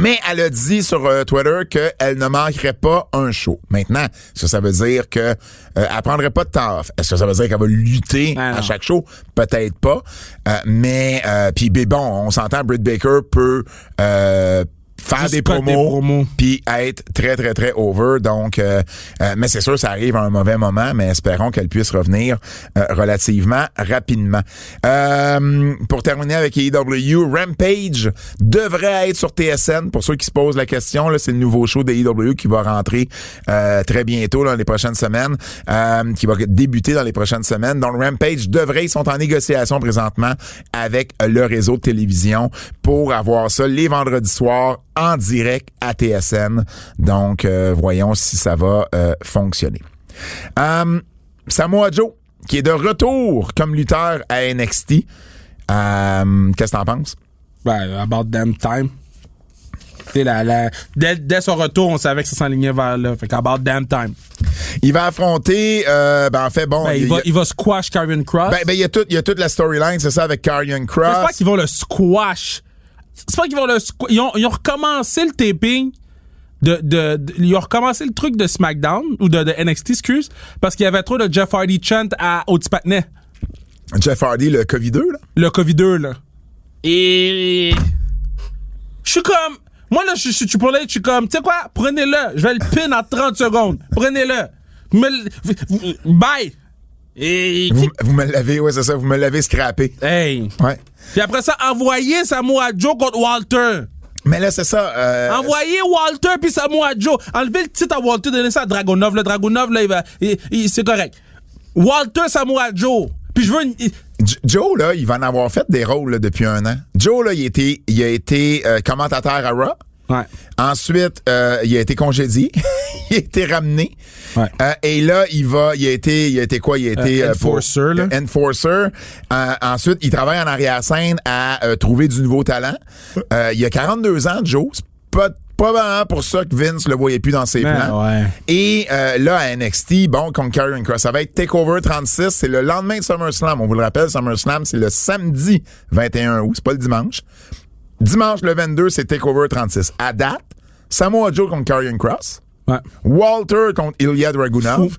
B: Mais elle a dit sur euh, Twitter qu'elle ne manquerait pas un show. Maintenant, est-ce que ça veut dire que euh, elle prendrait pas de temps off? Est-ce que ça veut dire qu'elle va lutter
C: Ah, non.
B: à chaque show? Peut-être pas. Euh, mais euh, puis ben, bon, on s'entend, Britt Baker peut euh, faire
C: Juste
B: des
C: pas des
B: promos,
C: promos.
B: puis être très très très over. Donc, euh, euh, mais c'est sûr, ça arrive à un mauvais moment, mais espérons qu'elle puisse revenir euh, relativement rapidement. Euh, pour terminer avec AEW, Rampage devrait être sur TSN. Pour ceux qui se posent la question, là, c'est le nouveau show d'AEW qui va rentrer euh, très bientôt là, dans les prochaines semaines, euh, qui va débuter dans les prochaines semaines. Donc, Rampage devrait, ils sont en négociation présentement avec le réseau de télévision pour avoir ça les vendredis soirs en direct à TSN. Donc, euh, voyons si ça va euh, fonctionner. Euh, Samoa Joe, qui est de retour comme lutteur à NXT. Euh, Qu'est-ce que t'en penses?
C: Ben, about damn time. Tu sais, la, la- dès, dès son retour, on savait que ça s'enlignait vers là. Fait qu'about damn time.
B: Il va affronter, euh, ben en fait, bon,
C: Ben, il,
B: il,
C: va,
B: il-
C: il va squash Karrion Cross.
B: ben, ben, il y a tout- il y a toute la storyline, c'est ça, avec Karrion
C: J'espère
B: Cross.
C: qu'ils vont le squash. J'espère qu'ils vont le squa- Ils ont, ils ont recommencé le taping. De, de, de- ils ont recommencé le truc de SmackDown ou de, de NXT, excuse, parce qu'il y avait trop de Jeff Hardy chant à Otis Patney,
B: Jeff Hardy, le COVID-2, là.
C: le COVID-2, là. Et. Je suis comme. Moi, là, je je- je suis pour là, je suis comme, tu sais quoi, prenez-le, je vais le pin en 30 secondes, prenez-le. Me le- v- v- Bye! Et.
B: Vous, vous me l'avez, ouais, c'est ça, vous me l'avez scrappé.
C: Hey!
B: Ouais.
C: Puis après ça, envoyez Samoa Joe contre Walter!
B: Mais là, c'est ça, euh,
C: Envoyez Walter puis Samoa Joe. Enlevez le titre à Walter, donnez ça à Dragonov. Le Dragonov, là, il va, il- il- c'est correct. Walter Samoa Joe. Puis je veux une-
B: J- Joe, là, il va en avoir fait des rôles là, depuis un an. Joe, là, il, était, il a été euh, commentateur à Raw.
C: Ouais.
B: Ensuite, euh, il a été congédié. il a été ramené.
C: Ouais.
B: Euh, et là, il va, il a été, il a été quoi? Il a été
C: Euh,
B: euh, pour-
C: enforcer, là.
B: enforcer. Euh, ensuite, il travaille en arrière-scène à euh, trouver du nouveau talent. Euh, il a 42 ans, Joe. C'est pas probablement pour ça que Vince le voyait plus dans ses
C: Ben,
B: plans.
C: ouais.
B: Et euh, là, à NXT, bon, contre Karrion Cross, ça va être TakeOver 36. C'est le lendemain de SummerSlam. On vous le rappelle, SummerSlam, c'est le samedi 21 août. C'est pas le dimanche. Dimanche, le 22, c'est TakeOver 36. À date, Samoa Joe contre Karrion Cross.
C: Ouais.
B: Walter contre Ilya Dragunov.
C: Fou.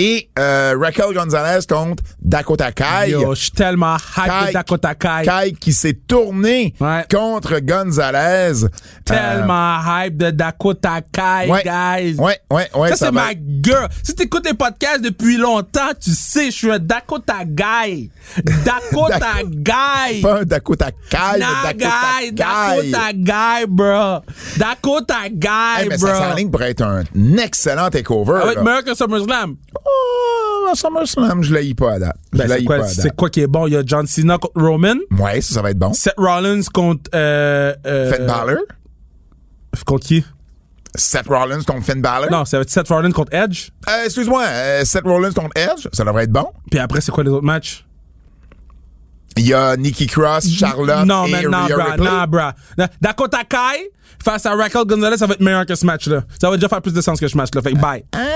B: Et euh, Raquel Gonzalez contre Dakota Kai.
C: Yo, je suis tellement hype de Dakota Kai.
B: Kai qui s'est tourné
C: Ouais.
B: contre Gonzalez.
C: Tellement hype de Dakota
B: Euh,
C: Kai,
B: ouais,
C: guys.
B: Ouais, ouais, ouais.
C: ça, c'est
B: va-
C: ma gueule. Si t'écoutes les podcasts depuis longtemps, tu sais, je suis un Dakota Guy. Dakota Guy.
B: Pas un Dakota Kai,
C: Nah,
B: mais Dakota
C: guy,
B: Kai.
C: Dakota guy, bro. Dakota guy,
B: Hey, Eh, mais
C: bro.
B: ça s'enligne pour être un excellent takeover.
C: Ah ouais,
B: là.
C: meilleur que SummerSlam.
B: Oh, SummerSlam, je l'ai pas à date. Je
C: Ben,
B: l'ai
C: c'est
B: pas
C: quoi,
B: à
C: c'est
B: date.
C: quoi qui est bon? Il y a John Cena contre Roman.
B: Ouais, ça, ça va être bon.
C: Seth Rollins contre... Euh, euh,
B: Finn Balor.
C: Contre qui?
B: Seth Rollins contre Finn Balor.
C: Non, ça va être Seth Rollins contre Edge.
B: Euh, excuse-moi, euh, Seth Rollins contre Edge, ça devrait être bon.
C: Puis après, c'est quoi les autres matchs?
B: Il y a Nikki Cross, Charlotte
C: non,
B: et
C: mais non,
B: Rhea
C: bra,
B: Ripley.
C: non, bra. Non, Dakota Kai face à Raquel Gonzalez, ça va être meilleur que ce match-là. Ça va déjà faire plus de sens que ce match-là. Fait que bye.
B: Hein?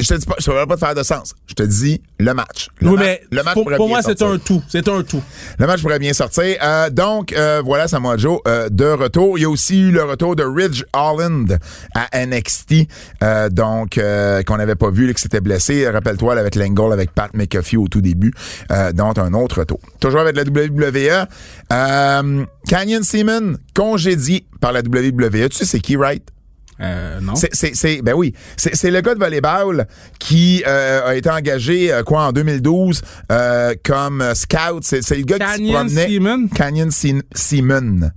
B: Je te dis pas, je te parle pas de faire de sens. Je te dis le match. Le
C: Oui,
B: match,
C: mais
B: le match
C: pour,
B: pourrait
C: pour
B: bien
C: moi, c'est
B: sortir.
C: un tout. C'est un tout.
B: Le match pourrait bien sortir. Euh, donc, euh, voilà Samoa Joe euh, de retour. Il y a aussi eu le retour de Ridge Holland à NXT, euh, donc euh, qu'on n'avait pas vu, là, qui s'était blessé. Rappelle-toi, là, avec L'Angle, avec Pat McAfee au tout début. Euh, donc, un autre retour. Toujours avec la WWE. Euh, Canyon Seaman, congédié par la WWE. Tu sais c'est qui, right?
C: Euh, non.
B: C'est- C'est, c'est- ben oui, c'est, c'est le gars de volleyball qui euh, a été engagé euh, quoi en 2012 euh, comme euh, scout. C'est, c'est le gars qui se
C: Canyon
B: promenait.
C: Seaman.
B: Canyon Sin- Seaman.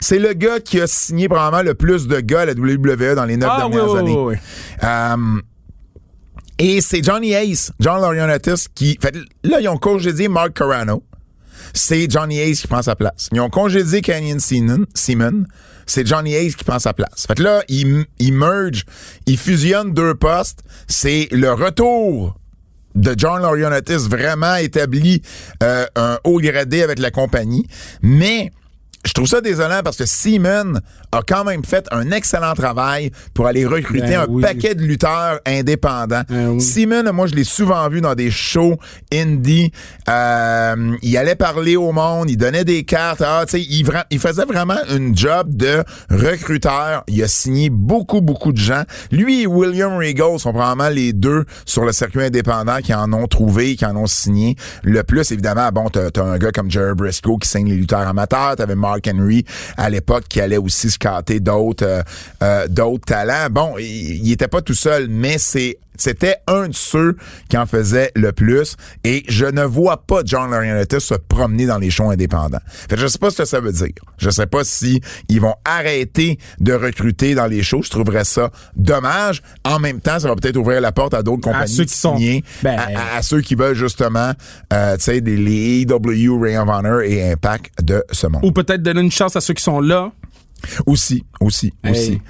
B: C'est le gars qui a signé probablement le plus de gars à la WWE dans les neuf
C: Ah, oui,
B: dernières
C: oui,
B: années.
C: oui, oui.
B: Euh, et c'est Johnny Ace, John Laurinaitis, qui... Fait, là, ils ont congédié Mark Carano. C'est Johnny Ace qui prend sa place. Ils ont congédié Canyon Seaman. Seaman. C'est Johnny Ace qui prend sa place. Fait que là, ils, ils mergent, ils fusionnent deux postes. C'est le retour de John Laurinaitis vraiment établi euh, un haut gradé avec la compagnie. Mais je trouve ça désolant parce que Seaman a quand même fait un excellent travail pour aller recruter
C: Ben
B: un
C: oui.
B: paquet de lutteurs indépendants.
C: Ben oui.
B: Seaman, moi, je l'ai souvent vu dans des shows indie. Euh, il allait parler au monde, il donnait des cartes. Ah, tu sais, il, vra- il faisait vraiment une job de recruteur. Il a signé beaucoup, beaucoup de gens. Lui et William Regal sont probablement les deux sur le circuit indépendant qui en ont trouvé, qui en ont signé le plus. Évidemment, bon, t'as t'as un gars comme Jerry Briscoe qui signe les lutteurs amateurs. T'avais Mark Henry à l'époque qui allait aussi scatter d'autres euh, euh, d'autres talents. Bon, il- il était pas tout seul, mais c'est c'était un de ceux qui en faisait le plus et je ne vois pas John Laurinaitis se promener dans les shows indépendants. Fait que je sais pas ce que ça veut dire. Je sais pas si ils vont arrêter de recruter dans les shows. Je trouverais ça dommage. En même temps, ça va peut-être ouvrir la porte à d'autres compagnies
C: ceux qui sont-
B: signées,
C: Ben-
B: à, à- à ceux qui veulent justement, euh, tu sais, des- les AEW, Ring of Honor et Impact de ce monde.
C: Ou peut-être donner une chance à ceux qui sont là.
B: Aussi, aussi,
C: Hey.
B: aussi.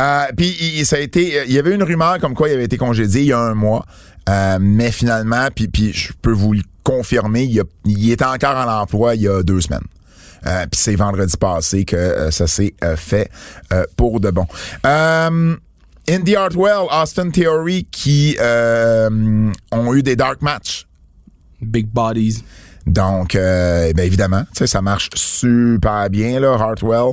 B: Euh, Puis il- il- ça a été, il y avait une rumeur comme quoi il avait été congédié il y a un mois, Euh, mais finalement, puis puis je peux vous le confirmer, il, a- il était encore en emploi il y a deux semaines. Euh, puis c'est vendredi passé que euh, ça s'est euh, fait euh, pour de bon. Euh, Indy Hartwell, Austin Theory qui euh, ont eu des dark matchs
C: Big bodies.
B: donc, euh, ben évidemment, tu sais, ça marche super bien, là, Hartwell.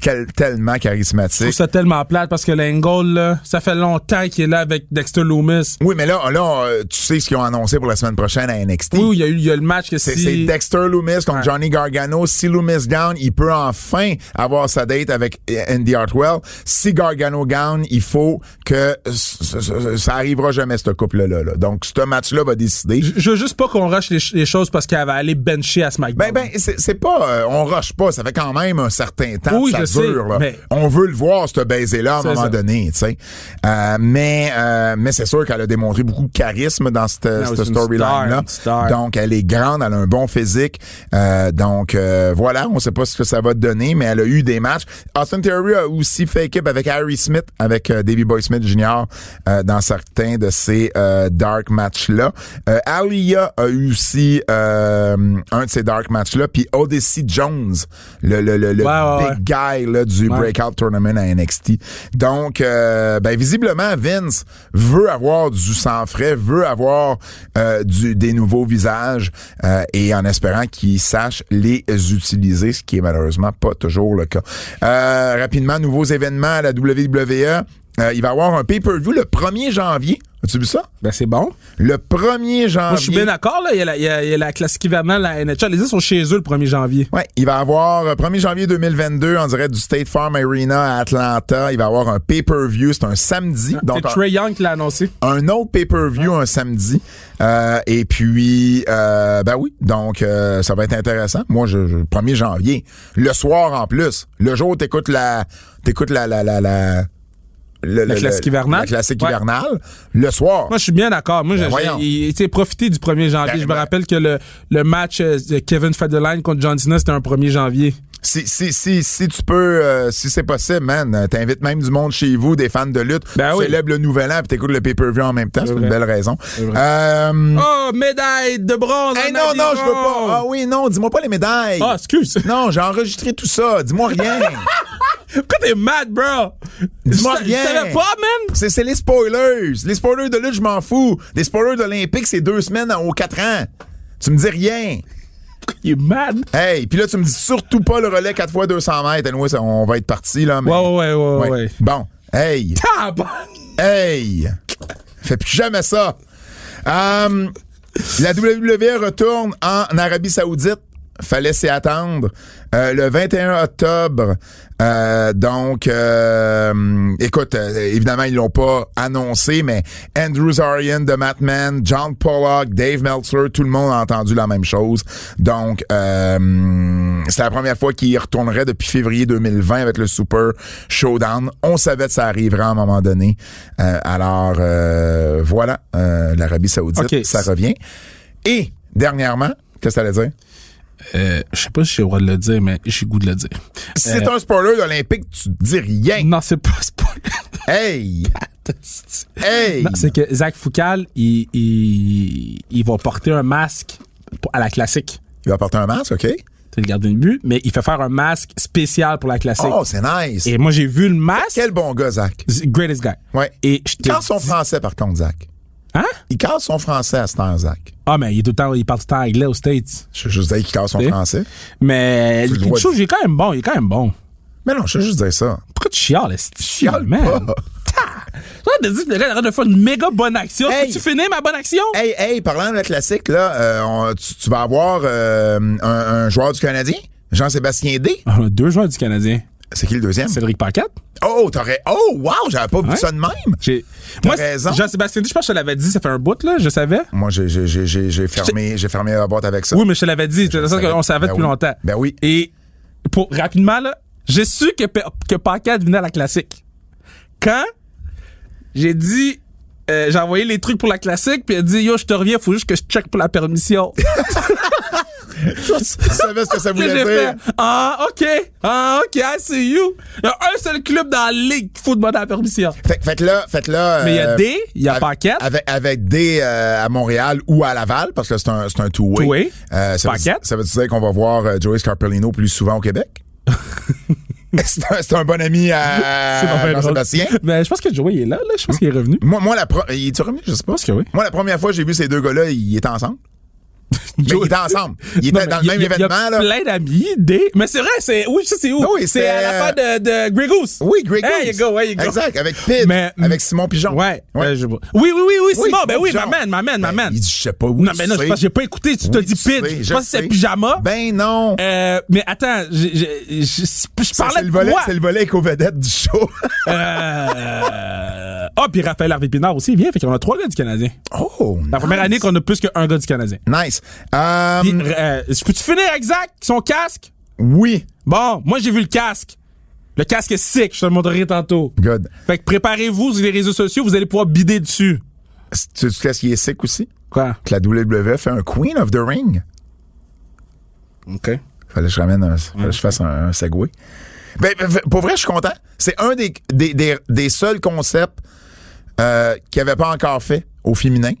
B: Quel- tellement
C: Je
B: charismatique.
C: trouve ça tellement plate parce que l'angle, là, ça fait longtemps qu'il est là avec Dexter Loomis.
B: Oui, mais là, là, euh, tu sais ce qu'ils ont annoncé pour la semaine prochaine à NXT.
C: Oui, il y a eu il y a le match que
B: C'est
C: c'est.
B: c'est Dexter Loomis contre Johnny Gargano. Si Loomis gagne, il peut enfin avoir sa date avec euh, Andy Hartwell. Si Gargano gagne, il faut que s- s- s- ça arrivera jamais, ce couple-là. là. Donc, ce match-là va décider.
C: Je veux juste pas qu'on rush les, ch- les choses parce qu'elle va aller bencher à SmackDown.
B: Ben, ben, c'est c'est pas. euh, on rush pas. Ça fait quand même un certain temps
C: Oui,
B: que
C: je
B: ça
C: sais,
B: dure. là.
C: mais-
B: On veut le voir, ce baiser-là, à un
C: C'est
B: moment
C: ça.
B: donné, tu sais. Euh, mais euh, mais c'est sûr qu'elle a démontré beaucoup de charisme dans cette, cette
C: c'est une
B: storyline-là.
C: star, une star.
B: Donc, elle est grande, elle a un bon physique. Euh, donc, euh, voilà, on sait pas ce que ça va donner, mais elle a eu des matchs. Austin Theory a aussi fait équipe avec Harry Smith, avec euh, Davey Boy Smith Jr. euh, dans certains de ces euh, dark matchs-là. Euh, Alia a eu aussi euh, un de ces dark matchs-là, puis Odyssey Jones, le, le, le, le
C: Ouais, ouais,
B: big guy là, du
C: Ouais.
B: Breakout Tournament à NXT. Donc, euh, ben, visiblement, Vince veut avoir du sang frais, veut avoir euh, du, des nouveaux visages euh, et en espérant qu'il sache les utiliser, ce qui est malheureusement pas toujours le cas. Euh, rapidement, nouveaux événements à la WWE. Euh, il va y avoir un pay-per-view le 1er janvier. As-tu vu ça?
C: Ben, c'est bon.
B: Le 1er janvier.
C: Moi, je suis bien d'accord, là. Il y a la, il y a- il y a la classique hivernale, la NHL. Les gens sont chez eux le 1er janvier.
B: Ouais, il va avoir euh, 1er janvier 2022 en direct du State Farm Arena à Atlanta. Il va avoir un pay-per-view, c'est un samedi.
C: Ah, C'est
B: donc ah. un,
C: Trey Ah. Young qui l'a annoncé.
B: un autre pay-per-view un samedi. Euh, et puis, euh, ben oui, donc euh, ça va être intéressant. Moi, je, je- 1er janvier, le soir en plus, le jour où t'écoutes la, t'écoutes la la la la le- le-
C: classique
B: le-
C: hivernale.
B: la classique
C: Ouais.
B: hivernale, le soir.
C: Moi, je suis bien d'accord. Moi, j'ai-
B: Ben, voyons.
C: j'ai il- tu sais, profité du 1er janvier.
B: Ben,
C: je me
B: ben.
C: rappelle que le, le match euh, de Kevin Federline contre John Cena, c'était un 1er janvier.
B: Si, si, si, si tu peux, euh, si c'est possible, man, euh, t'invites même du monde chez vous, des fans de lutte,
C: Ben
B: tu
C: oui.
B: célèbres le nouvel an puis t'écoutes le pay-per-view en même temps, c'est une
C: vrai.
B: belle raison. Euh,
C: Oh, médaille de bronze!
B: hey,
C: en
B: Eh non, non,
C: aviron.
B: je veux pas. Ah oui, non, dis-moi pas les médailles.
C: Ah, excuse.
B: non, j'ai enregistré tout ça, dis-moi rien.
C: Pourquoi t'es mad, bro?
B: Dis-moi
C: Je-
B: rien.
C: Je savais pas, man!
B: c'est, c'est les spoilers. Les spoilers de lutte, je m'en fous. Les spoilers d'Olympique, c'est deux semaines aux quatre ans. Tu me dis rien.
C: Il est mad.
B: Hey, puis là, tu me dis surtout pas le relais 4 fois 200 mètres. Anyway, ça, on va être parti, là. mais-
C: Ouais, ouais, ouais, ouais, ouais.
B: Bon. Hey.
C: Tabarnak.
B: Hey! Fais plus jamais ça! Hum, la WWE retourne en Arabie Saoudite. Fallait s'y attendre. Euh, le 21 octobre. euh, donc, euh, écoute, euh, évidemment, ils l'ont pas annoncé, mais Andrew Zarian de Matman, John Pollock, Dave Meltzer, tout le monde a entendu la même chose. Donc, euh, c'est la première fois qu'il retournerait depuis février 2020 avec le Super Showdown. On savait que ça arriverait à un moment donné. Euh, alors, euh, voilà, euh, l'Arabie Saoudite,
C: Ok.
B: ça revient. Et, dernièrement, qu'est-ce que ça allait dire?
C: Euh, je sais pas si j'ai le droit de le dire, mais j'ai le goût de le dire.
B: Si c'est un spoiler d'Olympique, tu dis rien.
C: Non, c'est pas spoiler.
B: Hey! Hey!
C: Non, c'est que Zach Foucal, il, il, il va porter un masque pour- à la classique.
B: Il va porter un masque, OK?
C: C'est le gardien de but, mais il fait faire un masque spécial pour la classique.
B: Oh, c'est nice!
C: Et moi, j'ai vu le masque.
B: Quel bon gars, Zach.
C: Z- Greatest guy.
B: Ouais.
C: Et je
B: Il
C: te
B: casse son
C: dis-
B: français, par contre, Zach.
C: Hein?
B: Il casse son français à ce temps, Zach.
C: Ah, mais il, est tout le temps, il parle tout le temps anglais aux States.
B: Je veux juste dire qu'il casse son
C: Oui.
B: français.
C: Mais
B: le droit
C: quelque
B: de-
C: chose, il est quand même bon. Il est quand même bon.
B: Mais non, je veux juste dire ça.
C: Pourquoi tu chiales, Tu
B: Chiale pas.
C: Ça, de dire que le gars il arrête de faire une méga bonne action.
B: Hey.
C: Peux-tu finir ma bonne action?
B: Hey, hey, parlant de la classique, là, euh, on- tu, tu vas avoir euh, un, un joueur du Canadien, Jean-Sébastien D.
C: On a deux joueurs du Canadien.
B: C'est qui le deuxième?
C: Cédric Paquette.
B: Oh, t'aurais. Oh, wow, j'avais pas vu
C: Ouais.
B: ça de même.
C: J'ai.
B: T'as
C: Moi, c'est-
B: raison. Ben
C: Jean-Sébastien, Dé, je pense que je te l'avais dit, ça fait un bout, là, je savais.
B: Moi, j'ai- j'ai j'ai- j'ai- j'ai fermé, j'ai fermé la boîte avec ça.
C: Oui, mais je te l'avais dit, c'est ça
B: savais.
C: qu'on savait
B: Ben
C: depuis
B: oui.
C: longtemps.
B: Ben oui.
C: Et pour, rapidement, là, j'ai su que, Pe- que Paquette venait à la classique. Quand j'ai dit, euh, j'ai envoyé les trucs pour la classique, puis elle a dit, yo, je te reviens, faut juste que je check pour la permission.
B: tu savais ce que ça
C: Puis
B: voulait
C: j'ai
B: dire.
C: fait, ah, OK, ah, OK, I see you. Il y a un seul club dans la ligue qu'il faut demander la permission.
B: Fait, que- fait que là, fait que là.
C: Mais il y
B: euh,
C: a D, il y a
B: avec-
C: Paquette.
B: Avec, avec D euh, à Montréal ou à Laval, parce que c'est un, c'est un two-way.
C: Two-way.
B: Euh, ça, veut,
C: Paquette.
B: ça veut dire qu'on va voir euh, Joey Scarpellino plus souvent au Québec? c'est un, c'est un bon ami
C: C'est pas
B: à
C: bien drôle.
B: Jean-Sébastien.
C: Mais je pense que Joey est là, là. Je pense qu'il est revenu.
B: Moi, moi la pro- il est revenu, je sais
C: Je
B: pas.
C: pense que oui.
B: Moi, la première fois que j'ai vu ces deux gars-là, ils étaient ensemble. Mais ils étaient ensemble. Ils étaient
C: Non, mais
B: dans le
C: il y a-
B: même
C: il y a-
B: événement,
C: Il y a
B: là.
C: plein d'amis, des. Mais c'est vrai, c'est. Oui, je sais c'est où.
B: Non, oui,
C: c'est
B: c'est,
C: à l'affaire de, de Grey Goose.
B: Oui, Greg
C: There you go, there you go.
B: Exact, avec Pid,
C: Mais-
B: avec Simon Pigeon.
C: Ouais. euh, je vois. Oui, oui, oui, oui,
B: Oui,
C: Simon. Ben oui,
B: Pigeon.
C: ma man, ma man, ma
B: Ben,
C: man.
B: Il dit, je sais pas où.
C: Non,
B: tu
C: mais non, je
B: sais.
C: pense que j'ai pas écouté. Tu t'as
B: Oui,
C: dit
B: tu
C: pitch.
B: sais,
C: Je
B: je
C: pense que c'est
B: sais.
C: pyjama.
B: Ben non.
C: Euh, mais attends, je, je, je, je- je
B: Ça,
C: parlais
B: c'est le
C: de
B: volet,
C: moi.
B: c'est le volet éco-vedette du show.
C: Euh... Ah, puis Raphaël Harvey Pinard aussi, il vient. Fait qu'on a trois gars du Canadien.
B: oh,
C: La première année qu'on a plus qu'un gars du Canadien.
B: nice. Euh,
C: Puis, euh, peux-tu finir exact son casque?
B: oui,
C: Bon, moi j'ai vu le casque. Le casque est sick, je te le montrerai tantôt.
B: good.
C: Fait que préparez-vous sur les réseaux sociaux, vous allez pouvoir bider dessus.
B: Tu tu sais ce qui est sick aussi?
C: Quoi?
B: Que la WWE fait un Queen of the Ring.
C: OK.
B: Fallait que je ramène un- fallait que je fasse un, un segway. Ben, ben, pour vrai, je suis content. C'est un des, des, des, des seuls concepts euh, qu'il n'avait pas encore fait au féminin.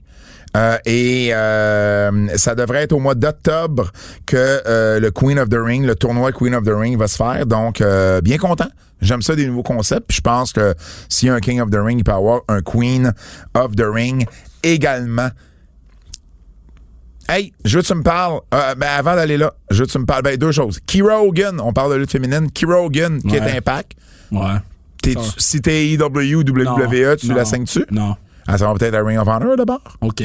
B: Euh, et euh, ça devrait être au mois d'octobre que euh, le Queen of the Ring, le tournoi Queen of the Ring va se faire. Donc, euh, bien content. J'aime ça des nouveaux concepts. Puis je pense que s'il y a un King of the Ring, il peut y avoir un Queen of the Ring également. Hey, je veux que tu me parles. euh, ben avant d'aller là, je veux que tu me parles. Ben deux choses. Kira Hogan, on parle de lutte féminine. Kira Hogan qui
C: Ouais.
B: est Impact.
C: Ouais.
B: T'es-
C: Ça.
B: si t'es IW ou WWE,
C: Non,
B: E, tu
C: non,
B: la saignes-tu?
C: Non.
B: Ah, ça va peut-être à Ring of Honor d'abord.
C: OK.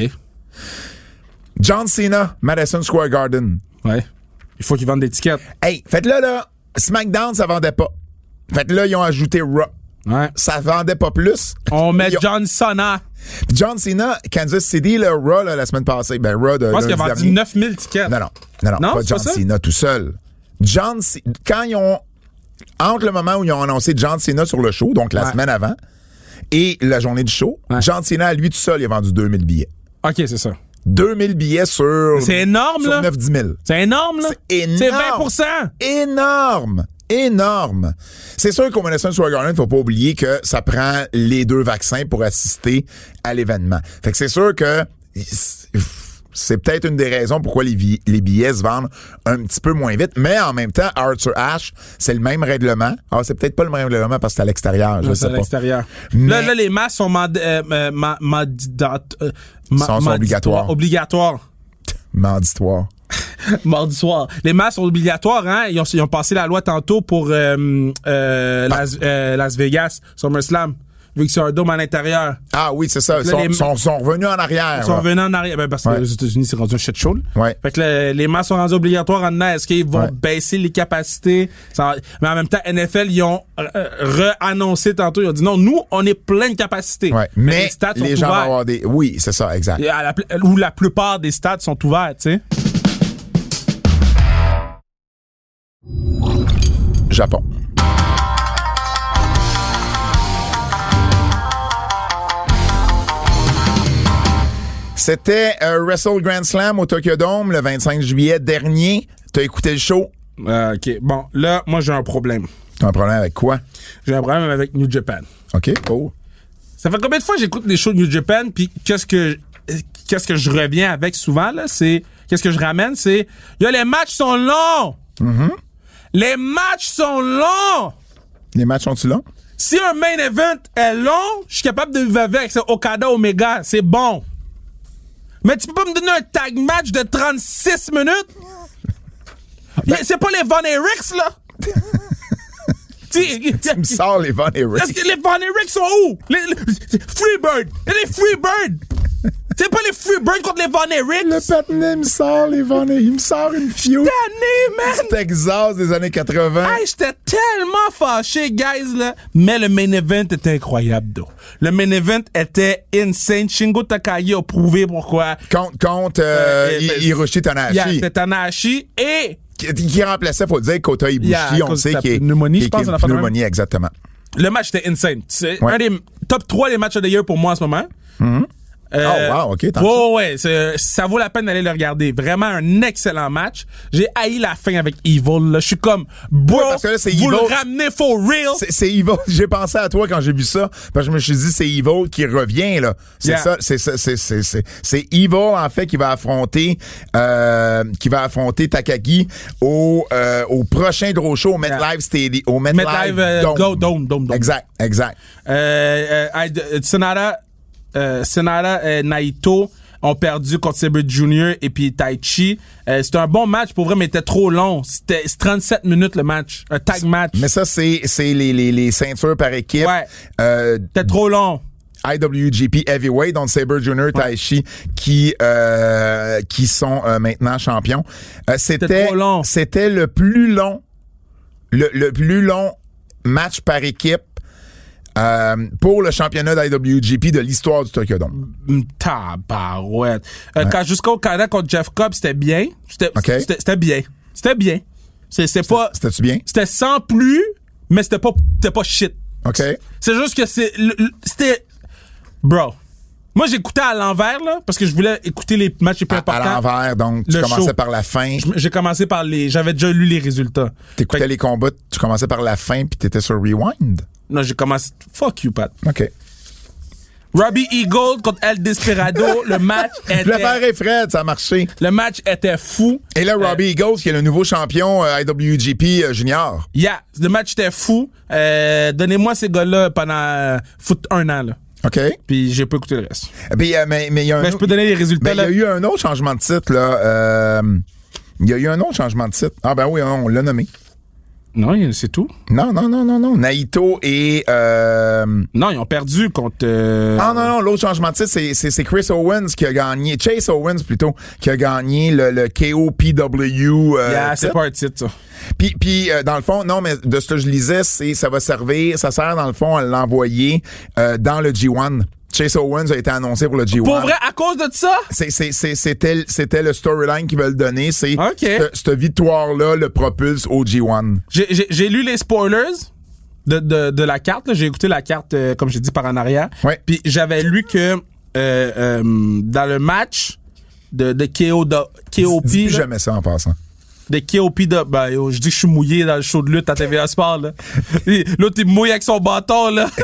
B: John Cena, Madison Square Garden.
C: Ouais. Il faut qu'ils vendent des tickets.
B: Hey, faites-le là. SmackDown, ça vendait pas. Faites-le, ils ont ajouté Raw.
C: Ouais.
B: Ça vendait pas plus.
C: On met
B: Ils ont-
C: John Sonna.
B: Puis John Cena, Kansas City, le Raw là, la semaine passée. Ben, Raw de.
C: Je pense qu'il a
B: lundi
C: vendu
B: dernier.
C: 9000 tickets.
B: Ah, ben Non, non, non, non,
C: Non,
B: pas
C: c'est
B: John
C: pas ça?
B: Cena tout seul. John C- quand ils ont entre le moment où ils ont annoncé John Cena sur le show, donc la
C: Ouais.
B: semaine avant, et la journée du show,
C: Ouais.
B: John Cena lui tout seul, il a vendu 2000 billets.
C: OK, c'est ça.
B: 2000 billets sur
C: C'est énorme,
B: sur
C: là.
B: 9 10 000.
C: C'est énorme, là.
B: C'est énorme.
C: C'est 20
B: Énorme. Énorme. C'est sûr qu'au Madison Square Garden, faut pas oublier que ça prend les deux vaccins pour assister à l'événement. Fait que c'est sûr que c'est peut-être une des raisons pourquoi les, vi- les billets se vendent un petit peu moins vite. Mais en même temps, Arthur Ashe, c'est le même règlement. Alors, c'est peut-être pas le même règlement parce que c'est à l'extérieur. Je
C: Non,
B: sais
C: c'est à
B: pas.
C: l'extérieur.
B: Mais-
C: Là, là, les masques sont mand- euh, euh, ma- mandat- euh, ma-
B: Sont- sont
C: mandatoires-
B: obligatoires.
C: Obligatoires.
B: Manditoire.
C: Mardi soir. Les masques sont obligatoires, hein? Ils ont, ils ont passé la loi tantôt pour euh, euh,
B: Ah.
C: Las, euh, Las Vegas, SummerSlam, vu que c'est un dôme à l'intérieur.
B: Ah oui, c'est ça. Ils
C: Là,
B: sont,
C: les-
B: sont- sont revenus en arrière.
C: Ils sont
B: là.
C: revenus en arrière. Ben, parce que
B: Ah. Ouais.
C: les États-Unis, c'est rendu un shit show. là.
B: Ouais.
C: Fait que le- les masques sont rendus obligatoires en dedans. Est-ce qu'ils vont
B: Ouais.
C: baisser les capacités? Ça- mais en même temps, NFL, ils ont euh, re-annoncé tantôt. Ils ont dit non, nous, on est plein de capacités.
B: Ouais. Mais,
C: les stats sont
B: les gens vont
C: ouverts.
B: avoir des. Oui, c'est ça, exact.
C: Et à la pl- Où la plupart des stades sont ouverts, tu sais.
B: Japon. C'était euh, Wrestle Grand Slam au Tokyo Dome le 25 juillet dernier. T'as écouté le show?
C: Euh, OK. Bon, là, moi, j'ai un problème.
B: T'as un problème avec quoi?
C: J'ai un problème avec New Japan.
B: OK. Oh.
C: Ça fait combien de fois j'écoute les shows de New Japan, puis qu'est-ce que qu'est-ce que je reviens avec souvent là, c'est qu'est-ce que je ramène, c'est Yo, les matchs sont longs. Les matchs sont longs.
B: Les matchs sont-ils longs?
C: Si un main event est long, je suis capable de vivre avec. C'est Okada Omega, c'est bon. Mais tu peux pas me donner un tag match de 36 minutes? Mais C'est pas les Von Erichs, là! Tu-
B: Tu me sors les Von Eric.
C: est-ce que les Von Eric sont où? Les, les- Freebird! Et les Freebird! C'est pas les Freebird contre les Von Eric!
B: Le patinet me sort les Von Eric. Il me sort une fio.
C: Tanné, man!
B: Texas des années 80.
C: Hey, Ah, j'étais tellement fâché, guys, là. Mais le main event était incroyable, though. Le main event était insane. Shingo Takagi a prouvé pourquoi.
B: Contre, contre euh,
C: Euh,
B: Hi-
C: ben,
B: Hiroshi
C: Yeah,
B: Tanahashi.
C: C'était Tanahashi et
B: qui, qui remplaçait, faut le dire, Kota Ibushi.
C: Yeah, à
B: on
C: cause
B: sait
C: de la
B: qu'il est.
C: pneumonie,
B: qu'il-
C: je pense,
B: qu'il-
C: on a pas de
B: Pneumonie, exactement.
C: le match était insane. C'est
B: Ouais.
C: un des top 3 des matchs de l'année pour moi en ce moment. Euh,
B: Oh, wow, OK, tant
C: ouais, ouais, c'est- ça vaut la peine d'aller le regarder. Vraiment un excellent match. J'ai haï la fin avec Evil. là. Je suis comme, bro,
B: Ouais, parce que là, c'est
C: vous
B: Evil.
C: le ramenez for real.
B: C'est- C'est Evil. J'ai pensé à toi quand j'ai vu ça. Parce que je me suis dit, c'est Evil qui revient, là. C'est
C: Yeah.
B: ça. C'est ça. C'est, c'est, c'est, c'est Evil, en fait, qui va affronter, euh, qui va affronter Takagi au, euh, au prochain gros show au MetLife Stadium. Au MetLife
C: MetLife, euh,
B: Dome.
C: Go- Dome, Dome, Dome.
B: Exact, exact.
C: Euh, euh, euh, Tsunada, euh, Tsunada, euh, Naito ont perdu contre Sabre Jr. et puis Taichi. Euh, c'était un bon match pour vrai, mais était trop long. C'était c'est 37 minutes le match. Un tag match.
B: Mais ça, c'est, c'est les, les, les ceintures par équipe.
C: Ouais.
B: Euh,
C: C'était trop long.
B: IWGP Heavyweight, donc Saber Jr. Taishi, qui euh, qui sont euh, maintenant champions. Euh, c'était
C: trop long.
B: c'était le plus long, le, le plus long match par équipe euh, pour le championnat d'IWGP de l'histoire du Tokyo Dome.
C: Mm, Tabarouette. Euh, Quand jusqu'au Canada contre Jeff Cobb, c'était bien. C'était
B: Ok.
C: c'était- c'était bien. C'était bien. C'est c'est pas.
B: C'était-tu bien?
C: C'était sans plus, mais c'était pas, c'était pas shit.
B: OK.
C: C'est juste que c'est. le- le- C'était. Bro. Moi, j'écoutais à l'envers, là, parce que je voulais écouter les matchs les plus
B: À, à
C: importants.
B: l'envers, donc tu
C: Le
B: commençais
C: show.
B: par la fin,
C: Je- J'ai commencé par les. J'avais déjà lu les résultats.
B: t'écoutais les combats, tu commençais par la fin puis t'étais sur Rewind.
C: Non, j'ai commencé. Fuck you, Pat.
B: OK.
C: Robbie Eagle contre El Desperado. le match
B: L'affaire
C: était.
B: est Fred, ça a marché.
C: Le match était fou.
B: Et là, Robbie Eagles, qui est le nouveau champion euh, IWGP euh, junior.
C: Yeah, le match était fou. Euh, Donnez-moi ces gars-là pendant euh, foot un an, là.
B: OK.
C: Puis j'ai pas écouté le reste.
B: Puis, euh, mais mais il y a un
C: Mais je peux donner les
B: mais
C: résultats,
B: ben, il y
C: là.
B: a eu un autre changement de titre là. euh, Il y a eu un autre changement de titre. Ah ben oui, on l'a nommé.
C: Non, il- c'est tout.
B: Non non non non non. Naito et euh,
C: Non, ils ont perdu contre. euh,
B: ah non, non, l'autre changement de titre, c'est- c'est c'est Chris Owens qui a gagné, Chase Owens plutôt, qui a gagné le, le KOPW. euh,
C: yeah, c'est
B: titre.
C: pas un titre, ça.
B: Puis, puis euh, dans le fond, non, mais de ce que je lisais, c'est ça va servir, ça sert dans le fond à l'envoyer euh, dans le G1. Chase Owens a été annoncé pour le G1.
C: Pour vrai, à cause de ça?
B: C'est- c'est- c'est- C'était c'était le storyline qu'ils veulent donner. C'est
C: Ok.
B: cette- cette victoire-là le propulse au G1.
C: J'ai- J'ai j'ai lu les spoilers de, de, de la carte. là. J'ai écouté la carte, euh, comme j'ai dit, par en arrière.
B: Ouais.
C: Puis j'avais lu que euh, euh, dans le match de, de KO, de, KOP,
B: Dis plus
C: là,
B: jamais ça en passant.
C: de KOP de, ben, yo, je dis que je suis mouillé dans le show de lutte à TVA Sport, là. Et L'autre, il mouille avec son bâton, là.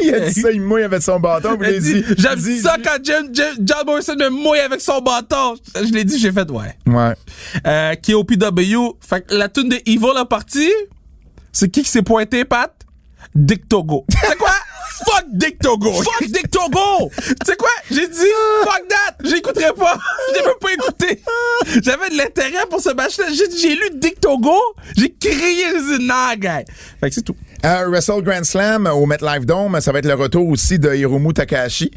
B: Il a dit ça, il mouille avec son bâton. puis il a
C: Elle dit,
B: dit-
C: J'aime
B: dit-
C: ça quand Jim, Jim- John Morrison me mouille avec son bâton. Je l'ai dit, j'ai fait, ouais.
B: Ouais.
C: Euh, KOPW, fait que la tune de Evil a partie. C'est qui qui s'est pointé, Pat? Dick Togo. C'est quoi? Fuck Dick Togo. Fuck Dick Togo. tu sais quoi? J'ai dit, fuck that. J'écouterai pas. Je l'ai même pas écouté. J'avais de l'intérêt pour ce match-là. J'ai j'ai lu Dick Togo. J'ai crié. J'ai dit, nah, guy. Fait que c'est tout.
B: Euh, Wrestle Grand Slam au MetLife Dome, ça va être le retour aussi de Hiromu Takahashi.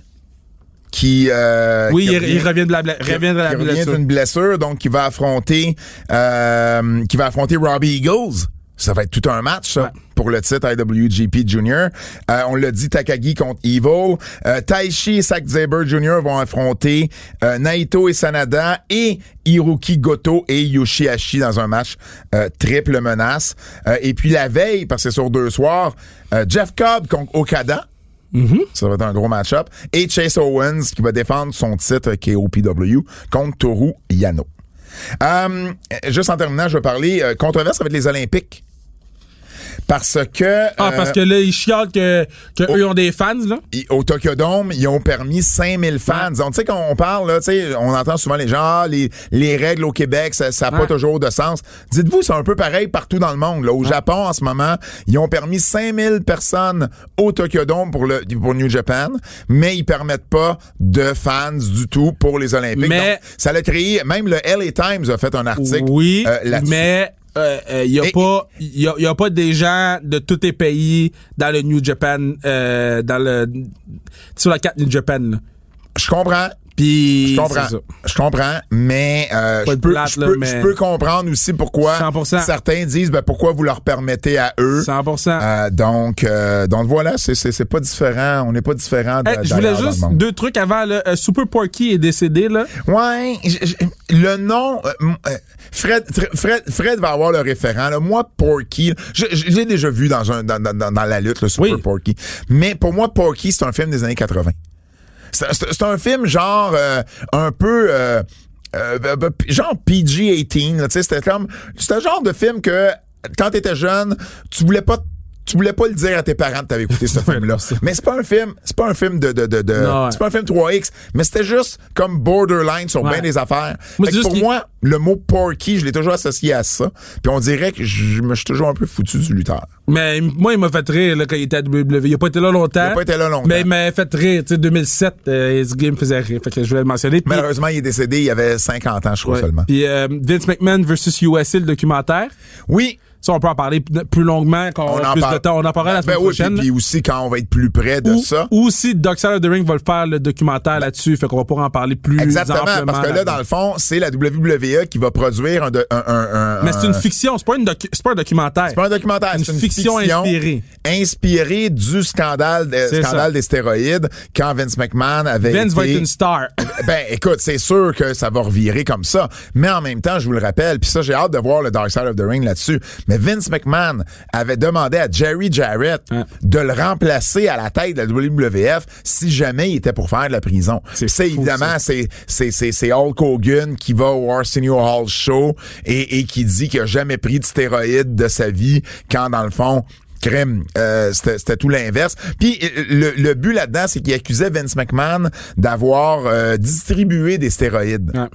B: Qui, euh,
C: Oui,
B: qui a
C: il,
B: pris-
C: il revient de la, bla- revient de la
B: qui revient
C: blessure.
B: d'une blessure, donc qui va affronter, euh, qui va affronter Robbie Eagles. Ça va être tout un match ça, pour le titre IWGP Junior. Euh, on l'a dit, Takagi contre Evil. Euh, Taishi et Zack Saber Jr. vont affronter euh, Naito et Sanada et Hiroki Goto et Yoshihashi dans un match euh, triple menace. Euh, et puis la veille, parce que c'est sur deux soirs, euh, Jeff Cobb contre Okada.
C: Mm-hmm.
B: Ça va être un gros match-up. Et Chase Owens qui va défendre son titre KOPW contre Toru Yano. Euh, juste en terminant, je vais parler euh, controverse avec les Olympiques. parce que euh,
C: Ah, parce que là, ils chialent que, que eux ont des fans, là.
B: ils- au Tokyo Dome, ils ont permis 5000 fans. Donc, tu sais, quand on parle, là, tu sais, on entend souvent les gens, ah, les, les règles au Québec, ça n'a pas
C: Ouais.
B: toujours de sens. Dites-vous, c'est un peu pareil partout dans le monde. Là. Au Japon, en ce moment, ils ont permis 5000 personnes au Tokyo Dome pour, le, pour New Japan, mais ils permettent pas de fans du tout pour les Olympiques.
C: Mais-
B: Donc, ça l'a créé, même le LA Times a fait un article
C: Oui,
B: euh, là-dessus.
C: mais il euh, euh, y a
B: Et-
C: pas y a, y a pas des gens de tous les pays dans le New Japan euh, dans le sur la carte New Japan. là.
B: Je comprends. Je
C: Puis c'est
B: comprends.
C: ça.
B: Je comprends, mais euh,
C: Pas
B: je,
C: de
B: peux,
C: plate,
B: je,
C: là,
B: peux,
C: mais-
B: je peux comprendre aussi pourquoi
C: 100%.
B: certains disent ben, pourquoi vous leur permettez à eux.
C: 100%.
B: Euh, donc, euh, donc voilà, c'est- c'est c'est pas différent. On n'est pas différent. de-
C: Hey, je
B: d'ailleurs
C: voulais
B: dans le
C: juste
B: monde.
C: deux trucs avant là. Euh, Super Porky est décédé là.
B: Ouais, j- j- le nom euh, m- euh, Fred, Fr- Fred Fred va avoir le référent. là. Moi Porky, je, je- je l'ai déjà vu dans un dans, dans- dans- dans la lutte le Super
C: Oui.
B: Porky. Mais pour moi Porky c'est un film des années 80. C'est- C'est c'est un film genre euh, un peu euh, euh, b- b- genre PG-18, là, tu sais, c'était comme c'était le genre de film que quand t'étais jeune, tu voulais pas tu voulais pas le dire à tes parents que t'avais écouté ce film là. Mais c'est pas un film, c'est pas un film de de de, de-
C: Non, ouais.
B: c'est pas un film 3X, mais c'était juste comme borderline sur
C: Ouais.
B: bien des affaires. Fait
C: Moi, c'est
B: que
C: juste
B: pour
C: qu'il-
B: moi, le mot porky, je l'ai toujours associé à ça. Puis on dirait que je me suis toujours un peu foutu du lutteur.
C: Mais moi il m'a fait rire là, quand il était à WWE. Il a pas été là longtemps.
B: Il a pas été là longtemps.
C: Mais il m'a fait rire, tu sais 2007, euh, ce game faisait rire. Fait que je voulais le mentionner. Puis-
B: Malheureusement, il est décédé, il avait 50 ans, je crois
C: ouais.
B: seulement.
C: Puis euh, Vince McMahon versus USA le documentaire.
B: Oui.
C: Ça, on peut en parler p- plus longuement quand on, a plus de
B: parle.
C: temps. On en parlera la
B: Ben
C: semaine
B: oui,
C: prochaine.
B: Puis, puis aussi quand on va être plus près de
C: ou,
B: ça.
C: ou si Doc Side of the Ring va le faire le documentaire là-dessus, fait qu'on va pouvoir en parler plus
B: Exactement,
C: amplement
B: parce que là, dans le fond, c'est la WWE qui va produire un... de- un- un- un-
C: Mais c'est
B: un-
C: une fiction, c'est pas, une docu- c'est pas un documentaire.
B: Euh, C'est pas un documentaire,
C: Une
B: c'est une
C: fiction
B: fiction,
C: inspirée.
B: inspirée du scandale, de-
C: C'est
B: scandale des stéroïdes quand Vince McMahon avait
C: Vince va
B: été-
C: être une star.
B: Ben, écoute, c'est sûr que ça va revirer comme ça. Mais en même temps, je vous le rappelle, puis ça, j'ai hâte de voir le Dark Side of the Ring là-dessus. Mais Vince McMahon avait demandé à Jerry Jarrett
C: Ouais.
B: de le remplacer à la tête de la WWF si jamais il était pour faire de la prison.
C: C'est
B: C'est
C: fou,
B: évidemment, c'est, c'est, c'est, c'est Hulk Hogan qui va au Arsenio Hall Show et, et qui dit qu'il a jamais pris de stéroïdes de sa vie quand, dans le fond, crime, euh, c'était c'était tout l'inverse. Puis euh, le, le but là-dedans, c'est qu'il accusait Vince McMahon d'avoir euh, distribué des stéroïdes.
C: Ouais.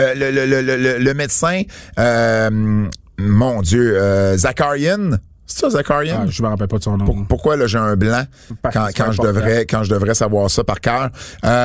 B: Euh, le, le, le, le- le- le médecin, euh, mon Dieu, euh, Zacharian, c'est ça Zacharian?
C: Ah, je me rappelle pas de son nom.
B: Pourquoi là j'ai un blanc
C: Parce
B: quand,
C: que c'est
B: quand je
C: important.
B: devrais quand je devrais savoir ça par cœur.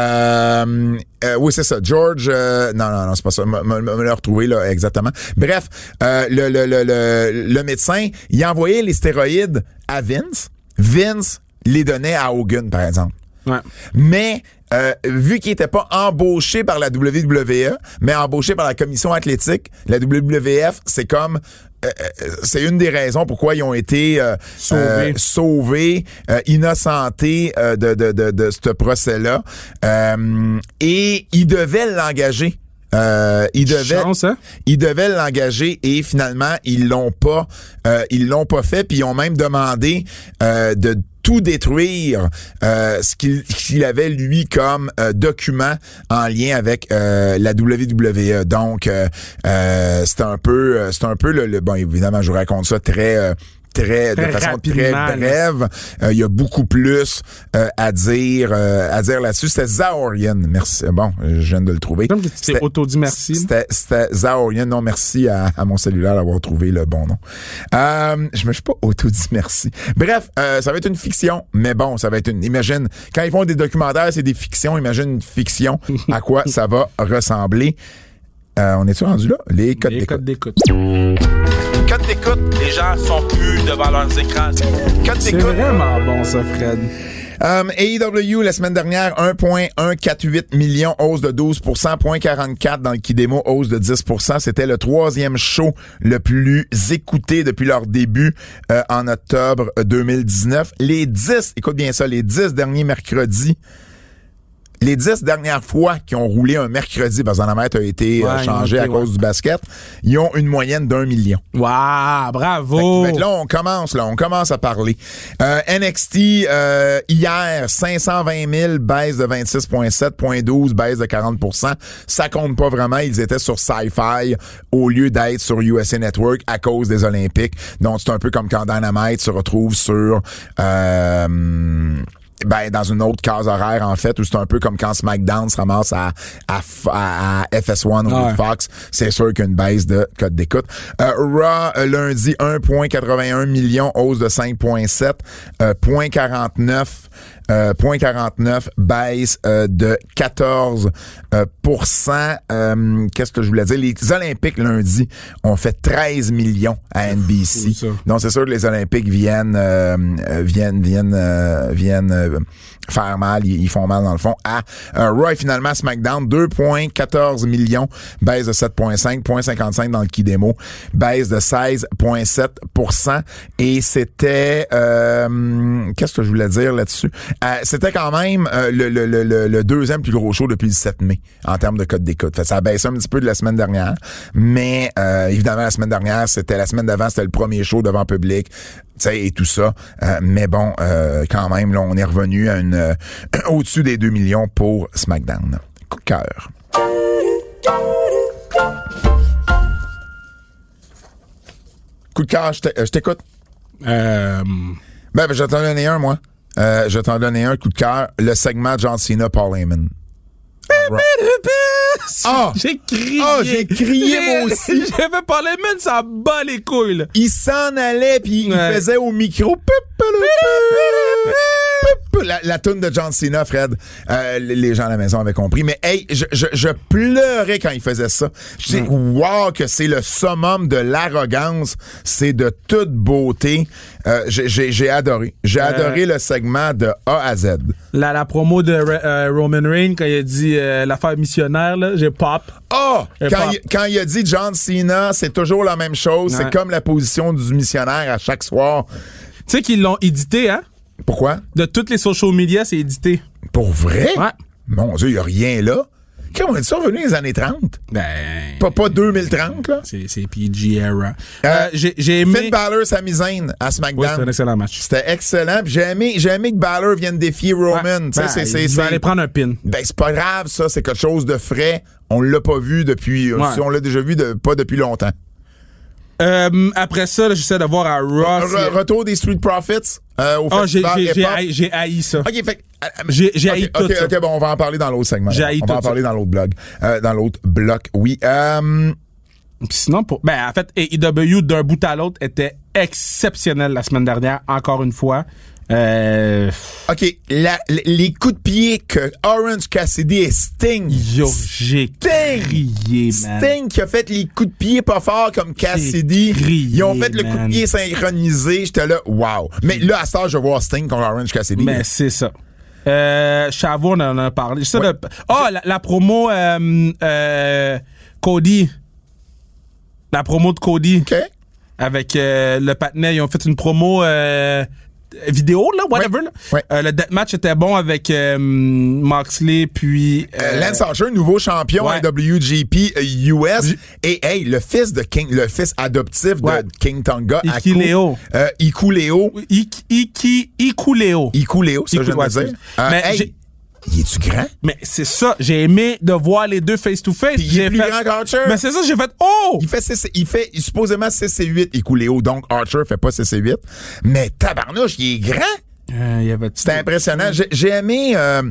B: Euh, euh, oui c'est ça. George euh, non non non c'est pas ça. Me- Me me le retrouver là exactement. Bref euh, le, le, le, le, le médecin il envoyait les stéroïdes à Vince. Vince les donnait à Hogan par exemple.
C: Ouais.
B: Mais euh, vu qu'il n'était pas embauché par la WWE, mais embauché par la commission athlétique, la WWF, c'est comme euh, euh, c'est une des raisons pourquoi ils ont été euh,
C: Sauvés.
B: euh, sauvés, euh, innocentés euh, de, de, de, de ce procès-là. Euh, et ils devaient l'engager. Euh, ils devaient
C: Chance, hein?
B: ils devaient l'engager et finalement ils l'ont pas euh, ils l'ont pas fait puis ils ont même demandé euh, de tout détruire euh, ce qu'il qu'il avait lui comme euh, document en lien avec euh, la WWE donc euh, euh, c'est un peu euh, c'est un peu le, le- bon évidemment je vous raconte ça très euh, très de
C: Très
B: façon très
C: rapidement, là.
B: brève Euh, il y a beaucoup plus euh, à dire euh, à dire là-dessus c'était Zaorian merci bon je viens de le trouver
C: J'aime que tu t'es
B: C'était-
C: auto-dit merci.
B: c'était, c'était Zaorien. Non, merci à, à mon cellulaire d'avoir trouvé le bon nom. Euh, je me suis pas auto-dit merci. Bref, euh, ça va être une fiction, mais bon, ça va être une. Imagine, quand ils font des documentaires, c'est des fictions. Imagine une fiction, à quoi ça va ressembler. Euh, on est-tu rendu là? Les codes
C: Les
B: d'écoute.
C: codes d'écoute.
B: Codes d'écoute.
C: Les gens sont plus devant leurs écrans.
B: Codes
C: C'est vraiment bon, ça, Fred.
B: Euh, AEW, la semaine dernière, 1,148 millions, hausse de 12 0,44 dans le Kidemo, hausse de 10 C'était le troisième show le plus écouté depuis leur début euh, en octobre 2019. Les 10, écoute bien ça, les 10 derniers mercredis, les dix dernières fois qu'ils ont roulé un mercredi, parce que la mètre a été euh,
C: Ouais,
B: changé
C: ok,
B: à cause
C: ouais.
B: du basket, ils ont une moyenne d'un million.
C: Waouh, bravo.
B: Fait que ben, là, on commence, là, on commence à parler. Euh, NXT, euh, hier, 520 000, baisse de 26,7, point 12, baisse de 40 Ça compte pas vraiment. Ils étaient sur Sci-Fi au lieu d'être sur USA Network à cause des Olympiques. Donc, c'est un peu comme quand Dynamite se retrouve sur... euh, ben, dans une autre case horaire, en fait, où c'est un peu comme quand SmackDown se ramasse à, à, F- à- à FS1 ou
C: Ouais.
B: Fox, c'est sûr qu'une baisse de code d'écoute. Euh, Raw, euh, lundi, 1,81 million, hausse de 5,7, euh, 0.49, euh, 0.49, baisse euh, de 14 euh, pour cent. Euh, Qu'est-ce que je voulais dire? Les Olympiques, lundi, ont fait 13 millions à NBC.
C: ça.
B: Donc c'est sûr que les Olympiques viennent euh, euh, viennent viennent euh, viennent euh, faire mal, ils, ils font mal dans le fond. À euh, Roy finalement SmackDown 2.14 millions, baisse de 7.5, 0.55 dans le qui démo, baisse de 16.7 et c'était euh, qu'est-ce que je voulais dire là-dessus Euh, C'était quand même euh, le, le- le- le- le deuxième plus gros show depuis le 7 mai en termes de code d'écoute. Fait que Ça a baissé un petit peu de la semaine dernière, mais euh, évidemment la semaine dernière c'était la semaine d'avant c'était le premier show devant public tu sais, et tout ça. Euh, mais bon, euh, quand même, là, on est revenu à une euh, au-dessus des 2 millions pour SmackDown. Coup de cœur. Coup de cœur, je t'é- euh, je t'écoute.
C: Euh,
B: Ben, ben, je vais t'en donner un, moi. Euh, je vais t'en donner un, coup de cœur. Le segment John Cena, Paul Heyman. Ah!
C: Oh, J'ai crié.
B: Ah, j'ai crié, moi aussi.
C: J'avais parlé, man, ça bat les couilles, là.
B: il s'en allait puis il
C: Ouais.
B: faisait au micro Poup, poup, poup, poup, poup. la, la toune de John Cena Fred Euh, les gens à la maison avaient compris mais hey je, je, je pleurais quand il faisait ça je dis wow que c'est le summum de l'arrogance c'est de toute beauté Euh, j'ai- j'ai j'ai adoré j'ai adoré le segment de A à Z
C: La, la promo de Re- euh, Roman Reigns, quand il a dit euh, l'affaire missionnaire, là, j'ai pop.
B: Ah!
C: Et
B: Quand
C: pas-
B: il, quand il a dit John Cena, c'est toujours la même chose.
C: Ouais.
B: C'est comme la position du missionnaire à chaque soir.
C: Tu sais qu'ils l'ont édité, hein?
B: Pourquoi?
C: De toutes les social media, c'est édité.
B: Pour vrai?
C: Ouais.
B: Mon Dieu, il n'y a rien là. Quand on est survenu les années 30?
C: Ben.
B: Pas, pas 2030, là.
C: C'est c'est PG era.
B: Euh,
C: Euh, j'ai j'ai
B: Finn
C: aimé.
B: Balor, Sami Zayn à
C: Ouais, c'est un
B: SmackDown.
C: excellent match.
B: C'était excellent. Puis J'ai aimé, j'ai aimé que Balor vienne défier Roman. Tu sais,
C: Ben,
B: c'est- c'est-
C: il
B: c'est-
C: va aller prendre un pin.
B: Ben, c'est pas grave, ça. C'est quelque chose de frais. On l'a pas vu depuis... euh,
C: Ouais.
B: si on l'a déjà vu, de, pas depuis longtemps.
C: Euh, après ça, là, j'essaie de voir à Ross.
B: Re- retour des Street Profits euh, au
C: oh, Ah, j'ai
B: festival
C: j'ai- j'ai
B: hip-hop.
C: haï, j'ai haï ça.
B: OK, fait que- euh,
C: J'ai- j'ai
B: OK,
C: haï tout
B: OK,
C: ça.
B: OK, bon, on va en parler dans l'autre segment.
C: J'ai haï
B: on va
C: tout
B: en
C: ça.
B: parler dans l'autre blog. Euh, dans l'autre bloc, oui. Euh,
C: Puis sinon, pour, ben, en fait, AEW d'un bout à l'autre était exceptionnel la semaine dernière, encore une fois. Euh,
B: OK, la- l- les coups de pied que Orange Cassidy et Sting.
C: yo, j'ai crié, man.
B: Sting qui a fait les coups de pied pas forts comme Cassidy.
C: crié,
B: Ils ont fait le coup
C: man.
B: de pied synchronisé. J'étais là, wow. Mais là, à ce stade, je vois Sting contre Orange Cassidy.
C: Mais Ben, c'est ça. Euh, Chavo, on en a parlé. J'essaie
B: Ouais.
C: de- Ah, la, la promo euh, euh, Cody. La promo de Cody.
B: OK.
C: avec euh, le patinet. Ils ont fait une promo euh, vidéo, là, whatever.
B: Ouais.
C: là.
B: Ouais.
C: Euh, le match était bon avec euh, Moxley, puis...
B: Euh,
C: euh,
B: Lance Archer, nouveau champion
C: Ouais.
B: WGP US. euh, Et hey, le fils de King, le fils adoptif
C: Ouais.
B: de King Tonga.
C: Iki
B: Aku.
C: Leo.
B: Euh, Iku Leo.
C: Iki, Iki, Ikuleo.
B: Iku Leo, ça
C: Iku-
B: je viens de
C: ouais,
B: le dire.
C: excuse.
B: Euh,
C: Mais
B: hey,
C: j'ai-
B: il est-tu grand?
C: Mais c'est ça, j'ai aimé de voir les deux face-to-face.
B: Puis il est
C: J'ai
B: plus
C: fait-
B: grand qu'Archer.
C: Mais c'est ça, j'ai fait « Oh!
B: Il fait, CC il fait supposément CC8 Ikuleo, donc Archer fait pas CC8. Mais tabarnouche, il est grand!
C: Euh, Il y avait...
B: C'était impressionnant. J'ai- J'ai aimé... euh,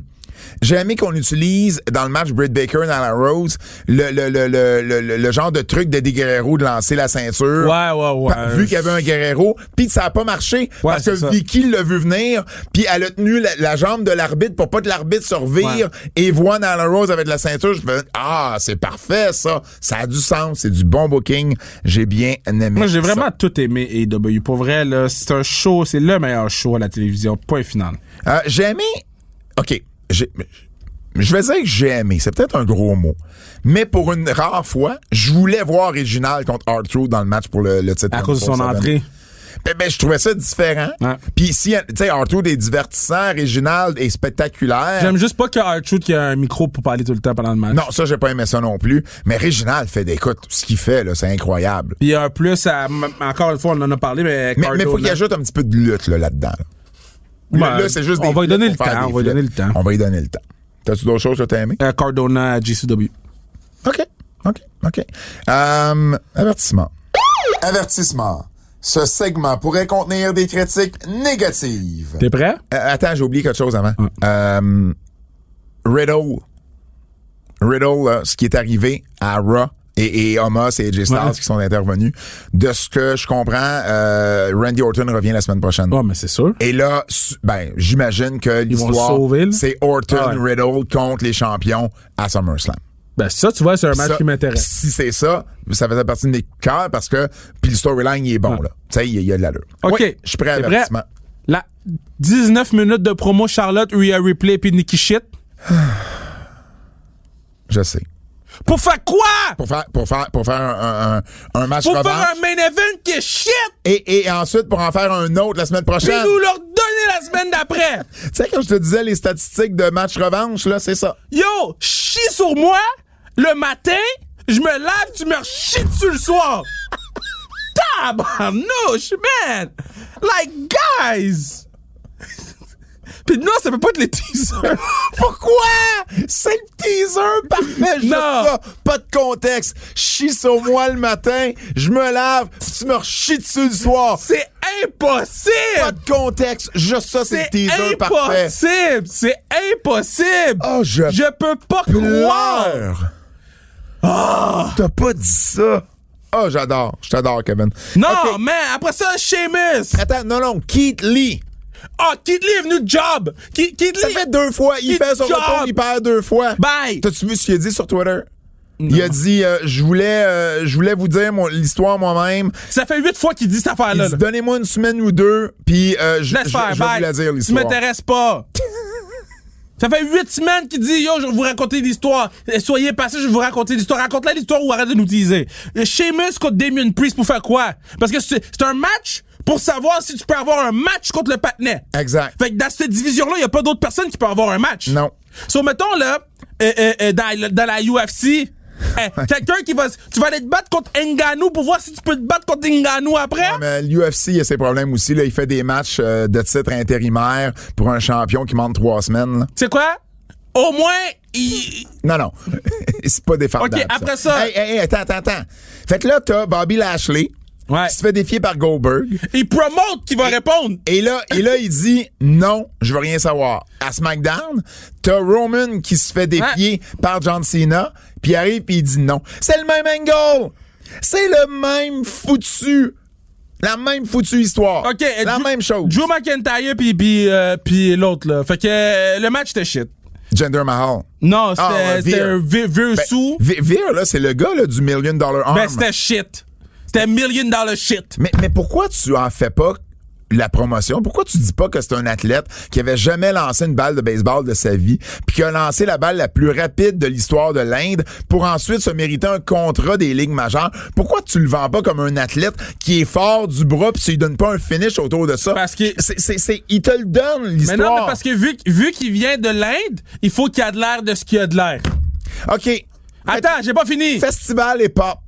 B: j'ai aimé qu'on utilise dans le match Britt Baker dans la Rose le, le, le, le, le, le- le genre de truc de Eddie Guerrero de lancer la ceinture.
C: Ouais, ouais, ouais.
B: Pa- Vu qu'il y avait un Guerrero, puis ça a pas marché
C: Ouais,
B: parce que
C: c'est ça.
B: Vicky l'a vu venir, puis elle a tenu la, la jambe de l'arbitre pour pas que l'arbitre se revire et voit Nala Rose avec la ceinture. Je fais ah c'est parfait ça, ça a du sens, c'est du bon booking, j'ai bien aimé.
C: Moi, j'ai
B: ça.
C: vraiment tout aimé AEW. Pour vrai, là, c'est un show, c'est le meilleur show à la télévision, point final.
B: Euh, j'ai aimé. OK. j'ai- Je vais dire que j'ai aimé. C'est peut-être un gros mot. Mais pour une rare fois, je voulais voir Réginal contre Arthur dans le match pour le, le titre.
C: À cause de son
B: 24/7.
C: entrée.
B: ben, ben, je trouvais ça différent.
C: Ouais.
B: Puis ici, tu sais, R-Truth est divertissant, original et spectaculaire.
C: J'aime juste pas que Arthur qui a un micro pour parler tout le temps pendant le match.
B: Non, ça, j'ai pas aimé ça non plus. Mais Réginald fait des écoute, ce qu'il fait, là, c'est incroyable.
C: Puis un plus, à- m- encore une fois, on en a parlé,
B: Mais,
C: mais
B: mais
C: Cardona-
B: faut qu'il ajoute un petit peu de lutte là, là-dedans. là.
C: Ouais,
B: Là, là, c'est juste
C: on
B: des
C: va lui donner
B: flips pour
C: le
B: faire
C: temps,
B: des
C: on va lui donner
B: flips.
C: le temps.
B: On va lui donner le temps. T'as-tu d'autres choses que t'as aimé?
C: Euh, Cardona à GCW.
B: OK. OK. OK. Euh, avertissement. Avertissement. Ce segment pourrait contenir des critiques négatives.
C: T'es prêt?
B: Euh, attends, j'ai oublié quelque chose avant. Euh, Riddle. Riddle, là, ce qui est arrivé à Raw et, et Omos et AJ Styles
C: Ouais.
B: qui sont intervenus. De ce que je comprends, euh, Randy Orton revient la semaine prochaine.
C: Ouais, mais c'est sûr.
B: Et là, su- ben, j'imagine que
C: vont
B: l'histoire,
C: le sauver, là.
B: c'est Orton
C: Ah ouais.
B: Riddle contre les champions à SummerSlam.
C: Ben ça, tu vois, c'est un match
B: Ça,
C: qui m'intéresse.
B: Si c'est ça, ça faisait partie de mes cœurs parce que puis le storyline il est bon là. Tu sais, il y a- il y a de l'allure.
C: Ah. OK.
B: Oui, je suis prêt à
C: T'es
B: avertissement.
C: La 19 minutes de promo Charlotte, Rhea Ripley puis Nikki Shit.
B: Je sais.
C: Pour faire quoi?
B: Pour faire pour faire pour faire un, un, un- un match
C: Pour
B: revanche.
C: faire un main event qui est shit!
B: et, et ensuite pour en faire un autre la semaine
C: Puis
B: prochaine.
C: nous leur donner la semaine d'après!
B: Tu sais comme je te disais les statistiques de match revanche là, c'est ça.
C: Yo, chie sur moi le matin, je me lave, tu me chies dessus le soir. Tabarnouche, man! Like, guys! Puis non, ça peut pas être les teasers.
B: Pourquoi? C'est le teaser parfait, juste
C: Non.
B: ça. Pas de contexte. Chie sur moi le matin, je me lave, puis tu me rechies dessus le soir.
C: C'est
B: Pas
C: impossible!
B: de contexte, juste ça, c'est le
C: C'est
B: teaser parfait.
C: impossible! C'est impossible!
B: Oh, je
C: Je peux pas croire!
B: pleure. T'as pas dit ça. Oh, Ah! j'adore. Je t'adore, Kevin.
C: Non,
B: Ok.
C: man, après ça, Seamus!
B: Attends, non, non, Keith Lee.
C: Ah, Kid Lee est venu de job! Kid, Kid
B: Ça
C: Lee-
B: fait deux fois. Il
C: Keith
B: fait son
C: Job.
B: retour, il perd deux fois.
C: Bye!
B: T'as-tu vu ce qu'il a dit sur Twitter? Il a dit, euh, je voulais, euh, je voulais vous dire mon- l'histoire moi-même.
C: Ça fait huit fois qu'il dit cette
B: Il
C: affaire-là.
B: dit,
C: là.
B: Donnez-moi une semaine ou deux, puis euh, je, je,
C: Laisse faire,
B: je vais
C: bye.
B: vous la dire
C: Tu
B: l'histoire.
C: m'intéresses pas. Ça fait huit semaines qu'il dit Yo, je vais vous raconter l'histoire. Eh, Soyez patient, je vais vous raconter l'histoire. Raconte-la l'histoire ou arrête de nous teaser. Euh, Sheamus contre Damien Priest pour faire quoi Parce que c'est c'est un match pour savoir si tu peux avoir un match contre le Patnais.
B: Exact.
C: Fait que dans cette division-là, il n'y a pas d'autres personnes qui peuvent avoir un match.
B: Non.
C: So, mettons, là, euh, euh, euh, dans, le- dans la UFC, eh, quelqu'un qui va. s- Tu vas aller te battre contre Nganou pour voir si tu peux te battre contre Nganou après.
B: Mais l'UFC, il a ses problèmes aussi. Là. Il fait des matchs euh, de titre intérimaire pour un champion qui manque trois semaines. là.
C: Tu sais quoi? Au moins, il-
B: Non, non. c'est pas défendable.
C: OK, après ça-
B: Hey, hey, hey, attends, attends, attends. Fait que là, t'as Bobby Lashley
C: Ouais.
B: qui se fait défier par Goldberg.
C: il promote qu'il va répondre.
B: Et là, et là, il dit non, je veux rien savoir. À SmackDown, t'as Roman qui se fait défier par John Cena, puis il arrive puis il dit non. C'est le même angle. C'est le même foutu, la même foutue histoire.
C: OK. euh,
B: la
C: Drew-
B: même chose.
C: Drew McIntyre puis puis, euh, puis l'autre là. Fait que euh, le match était shit.
B: Gender Mahal.
C: Non, c'était
B: Ah, ouais, Ben,
C: c'était
B: Veer.
C: un vieux, vieux sous.
B: Vi- Veer, là, c'est le gars là, du Million Dollar Arm.
C: Ben c'était shit. C'était million dollar shit.
B: Mais, mais pourquoi tu en fais pas la promotion? Pourquoi tu dis pas que c'est un athlète qui avait jamais lancé une balle de baseball de sa vie, puis qui a lancé la balle la plus rapide de l'histoire de l'Inde pour ensuite se mériter un contrat des ligues majeures? Pourquoi tu le vends pas comme un athlète qui est fort du bras puis tu lui donnes pas un finish autour de ça?
C: Parce que-
B: C'est, c'est, c'est- il te le donne,
C: Mais
B: l'histoire.
C: non, mais parce que vu, qu- vu qu'il vient de l'Inde, il faut qu'il y a de l'air de ce qu'il y a de l'air.
B: OK.
C: Attends, j'ai pas fini.
B: Festival et pop.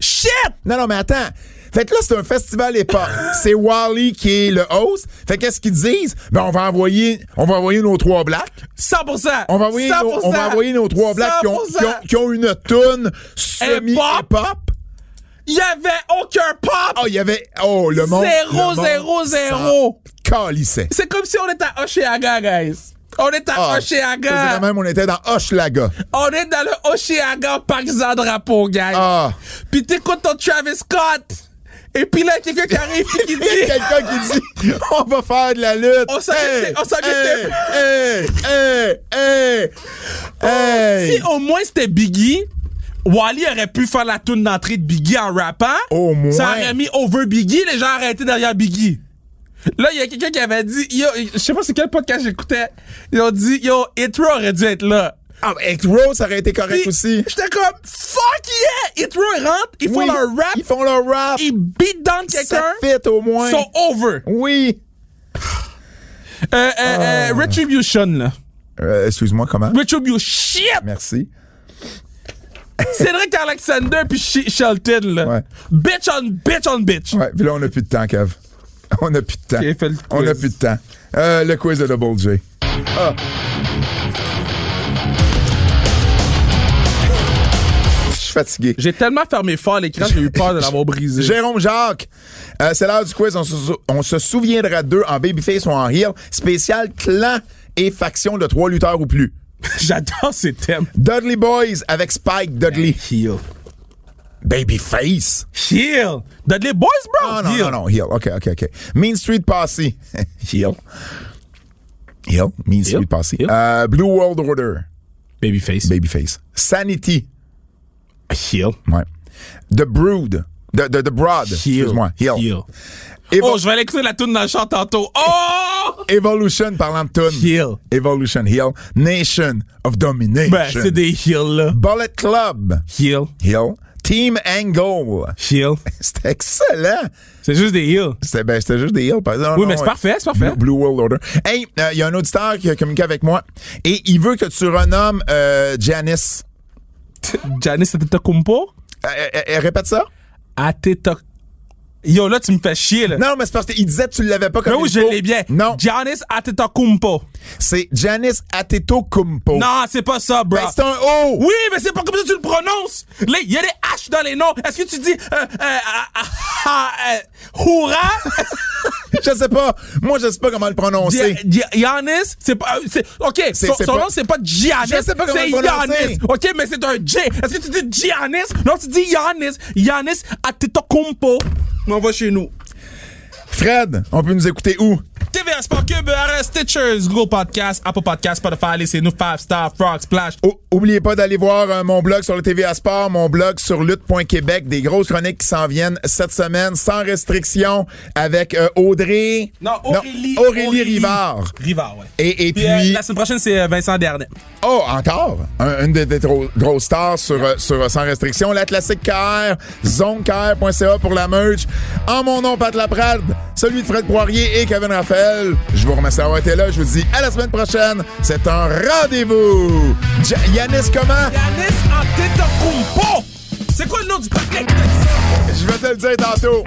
C: Shit!
B: Non, non, mais attends. Fait que là, c'est un festival et pas. c'est Wally qui est le host. Fait qu'est-ce qu'ils disent? Ben, on va envoyer, on va envoyer nos trois blacks.
C: 100%!
B: On va envoyer, nos, on va envoyer nos trois blacks qui ont, qui ont- qui ont une toune semi
C: Hip-hop.
B: pop.
C: Il y avait aucun pop!
B: Oh, il y avait, oh, le monde.
C: Zéro,
B: le monde
C: zéro,
B: s'en
C: zéro.
B: Calissait.
C: C'est comme si on était à Oshiaga, guys. On est à
B: Ah, je te
C: Oshiaga.
B: dirais même, on était dans Hochelaga.
C: On est dans le Oshiaga Parc sans drapeau, guys.
B: Ah.
C: Puis t'écoutes ton Travis Scott. Et puis là, quelqu'un qui arrive et
B: Il y
C: qui
B: a
C: dit...
B: quelqu'un qui dit, on va faire de la lutte.
C: On s'arrête- on s'arrête-
B: Hey, hey, hey, hey, hey.
C: Oh, Si au moins c'était Biggie, Wally aurait pu faire la toune d'entrée de Biggie en rappant.
B: Au moins.
C: Ça aurait mis over Biggie, les gens auraient été derrière Biggie. Là, il y a quelqu'un qui avait dit... Yo, je sais pas c'est quel podcast j'écoutais. Ils ont dit, yo, Etra aurait dû être là.
B: Ah, Hit Row, ça aurait été correct
C: Puis,
B: aussi.
C: J'étais comme, fuck yeah! Ils te rentrent, ils font
B: Oui,
C: leur rap,
B: Ils font leur rap.
C: ils beat down
B: ça
C: quelqu'un,
B: fit au moins.
C: ils sont over.
B: Oui.
C: Euh, euh,
B: Ah.
C: euh, Retribution, là.
B: Euh, Excuse-moi, comment?
C: Retribution, shit!
B: Merci.
C: Cédric Alexander puis Sh- Shelton, là.
B: Ouais.
C: Bitch on bitch on bitch.
B: Ouais, puis là, on n'a plus de temps, Kev. On n'a plus de temps.
C: Ok, fais le
B: On n'a
C: quiz.
B: plus de temps. Euh, le quiz de Double J. Ah. Je suis fatigué.
C: J'ai tellement fermé fort l'écran, j'ai eu peur de l'avoir brisé.
B: Jérôme Jacques, euh, c'est l'heure du quiz. On se, sou- on se souviendra d'eux en Babyface ou en Heel. Spécial clan et faction de trois lutteurs ou plus.
C: J'adore ces thèmes.
B: Dudley Boys avec Spike Dudley.
C: Heal.
B: Babyface.
C: Heal. Dudley Boys, bro.
B: Ah non,
C: Oh, Heel.
B: non, non, Heel. OK, OK, OK. Mean Street Posse.
C: Heel.
B: Heel. Mean Street Posse.
C: Heel.
B: Euh, Blue World Order.
C: Babyface.
B: Babyface. Sanity.
C: Heal.
B: Ouais. The Brood. The, the, the Broad. Excuse-moi. Heel. Evo-
C: Oh, je vais aller écouter la tune dans le chant tantôt. Oh!
B: Evolution, parlant de tune.
C: Heel.
B: Evolution. Heel. Nation of Domination.
C: Ben, c'est des heels, là.
B: Bullet Club.
C: Heel.
B: Heel. Team Angle.
C: Heel.
B: C'était excellent.
C: C'est juste des heels.
B: C'était ben, c'était juste des heels. par exemple. Non,
C: Oui, Ah mais c'est
B: ouais.
C: parfait, c'est parfait.
B: Blue, Blue World Order. Hey, il y a un auditeur qui a communiqué avec moi et il veut que tu renommes euh, Janice.
C: Janice Atetokounmpo.
B: Euh, euh, euh, répète ça?
C: Atetok... Yo, là, tu me fais chier, là.
B: Non, mais c'est parce qu'il disait que tu l'avais pas comme
C: Mais oui,
B: il
C: je
B: faut.
C: l'ai bien.
B: Non,
C: Giannis Atetokounmpo.
B: c'est Janice Atetokounmpo.
C: Non, c'est pas ça, bro.
B: Ben, c'est un O.
C: Oui, mais c'est pas comme ça que tu le prononces. Là, il y a des H dans les noms. Est-ce que tu dis euh, euh, ah, ah, ah, euh, Houra?
B: Je sais pas. Moi, je sais pas comment le prononcer.
C: Gia- Gia- Giannis, c'est pas. euh, c'est- ok,
B: C'est-
C: son,
B: c'est
C: son
B: pas-
C: nom, c'est pas Giannis.
B: Je sais pas comment
C: c'est
B: le prononcer.
C: Giannis. Ok, mais c'est un J. Est-ce que tu dis Giannis? Non, tu dis Giannis. Giannis Atetokounmpo. On va chez nous.
B: Fred, on peut nous écouter où?
C: TVA Sport Cube, RS Stitchers, Google Podcast, Apple Podcast, Spotify, laissez-nous 5 Star, Frog, Splash.
B: O- Oubliez pas d'aller voir euh, mon blog sur le TVA Sport, mon blog sur lutte.québec, des grosses chroniques qui s'en viennent cette semaine, sans restriction, avec euh, Audrey...
C: Non, Aurélie.
B: Aurélie Rivard.
C: Rivard, ouais.
B: Et, et puis...
C: Puis, euh, la semaine prochaine, c'est euh, Vincent Dernet.
B: Oh, encore! Un- une des, des gros- grosses stars sur, euh, sur euh, Sans Restriction. La classique KR, zonekr.ca pour la merch. En mon nom, Pat Laprade, celui de Fred Poirier et Kevin Raphaël. Je vous remercie d'avoir été là. Je vous dis à la semaine prochaine. C'est un rendez-vous! Ja- Yanis, comment?
C: Yanis Antetokounmpo! C'est quoi le nom du partenaire qui t'a dit ça?
B: Je vais te le dire tantôt.